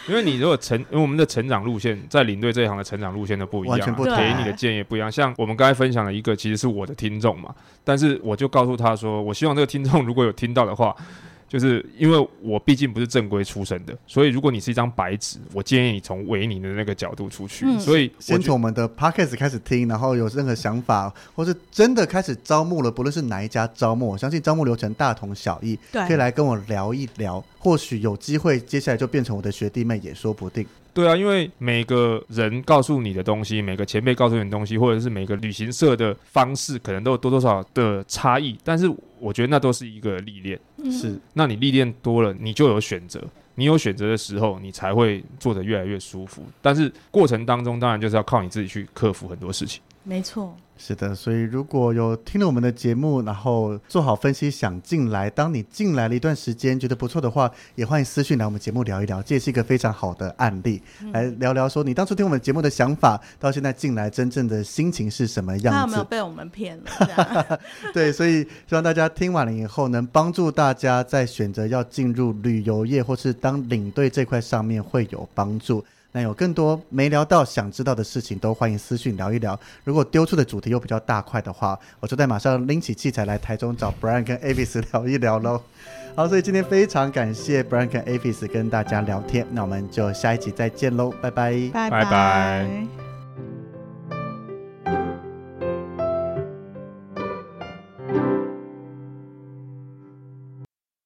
因为你如果成，因为我们的成长路线在领队这一行的成长路线都不一样、完全啊，不同给你的建议也不一样。像我们刚才分享的一个，其实是我的听众嘛，但是我就告诉他说，我希望这个听众如果有听到的话，就是因为我毕竟不是正规出身的，所以如果你是一张白纸，我建议你从维尼的那个角度出去。嗯所以我先觉从我们的 podcast 开始听，然后有任何想法，或是真的开始招募了，不论是哪一家招募，我相信招募流程大同小异，对，可以来跟我聊一聊，或许有机会，接下来就变成我的学弟妹也说不定。对啊，因为每个人告诉你的东西，每个前辈告诉你的东西，或者是每个旅行社的方式，可能都有多多少少的差异，但是我觉得那都是一个历练。嗯是，那你历练多了，你就有选择。你有选择的时候，你才会做得越来越舒服。但是过程当中，当然就是要靠你自己去克服很多事情。没错。是的，所以如果有听了我们的节目，然后做好分析想进来，当你进来了一段时间觉得不错的话，也欢迎私讯来我们节目聊一聊，这也是一个非常好的案例，嗯来聊聊说你当初听我们节目的想法，到现在进来真正的心情是什么他有样没子有。被我们骗了？这样对，所以希望大家听完了以后，能帮助大家在选择要进入旅游业或是当领队这块上面会有帮助。那有更多没聊到、想知道的事情，都欢迎私讯聊一聊。如果丢出的主题又比较大块的话，我就再马上拎起器材来台中找 Brian 跟 Avis 聊一聊喽。好，所以今天非常感谢 Brian 跟 Avis 跟大家聊天，那我们就下一集再见喽，拜拜拜拜拜拜。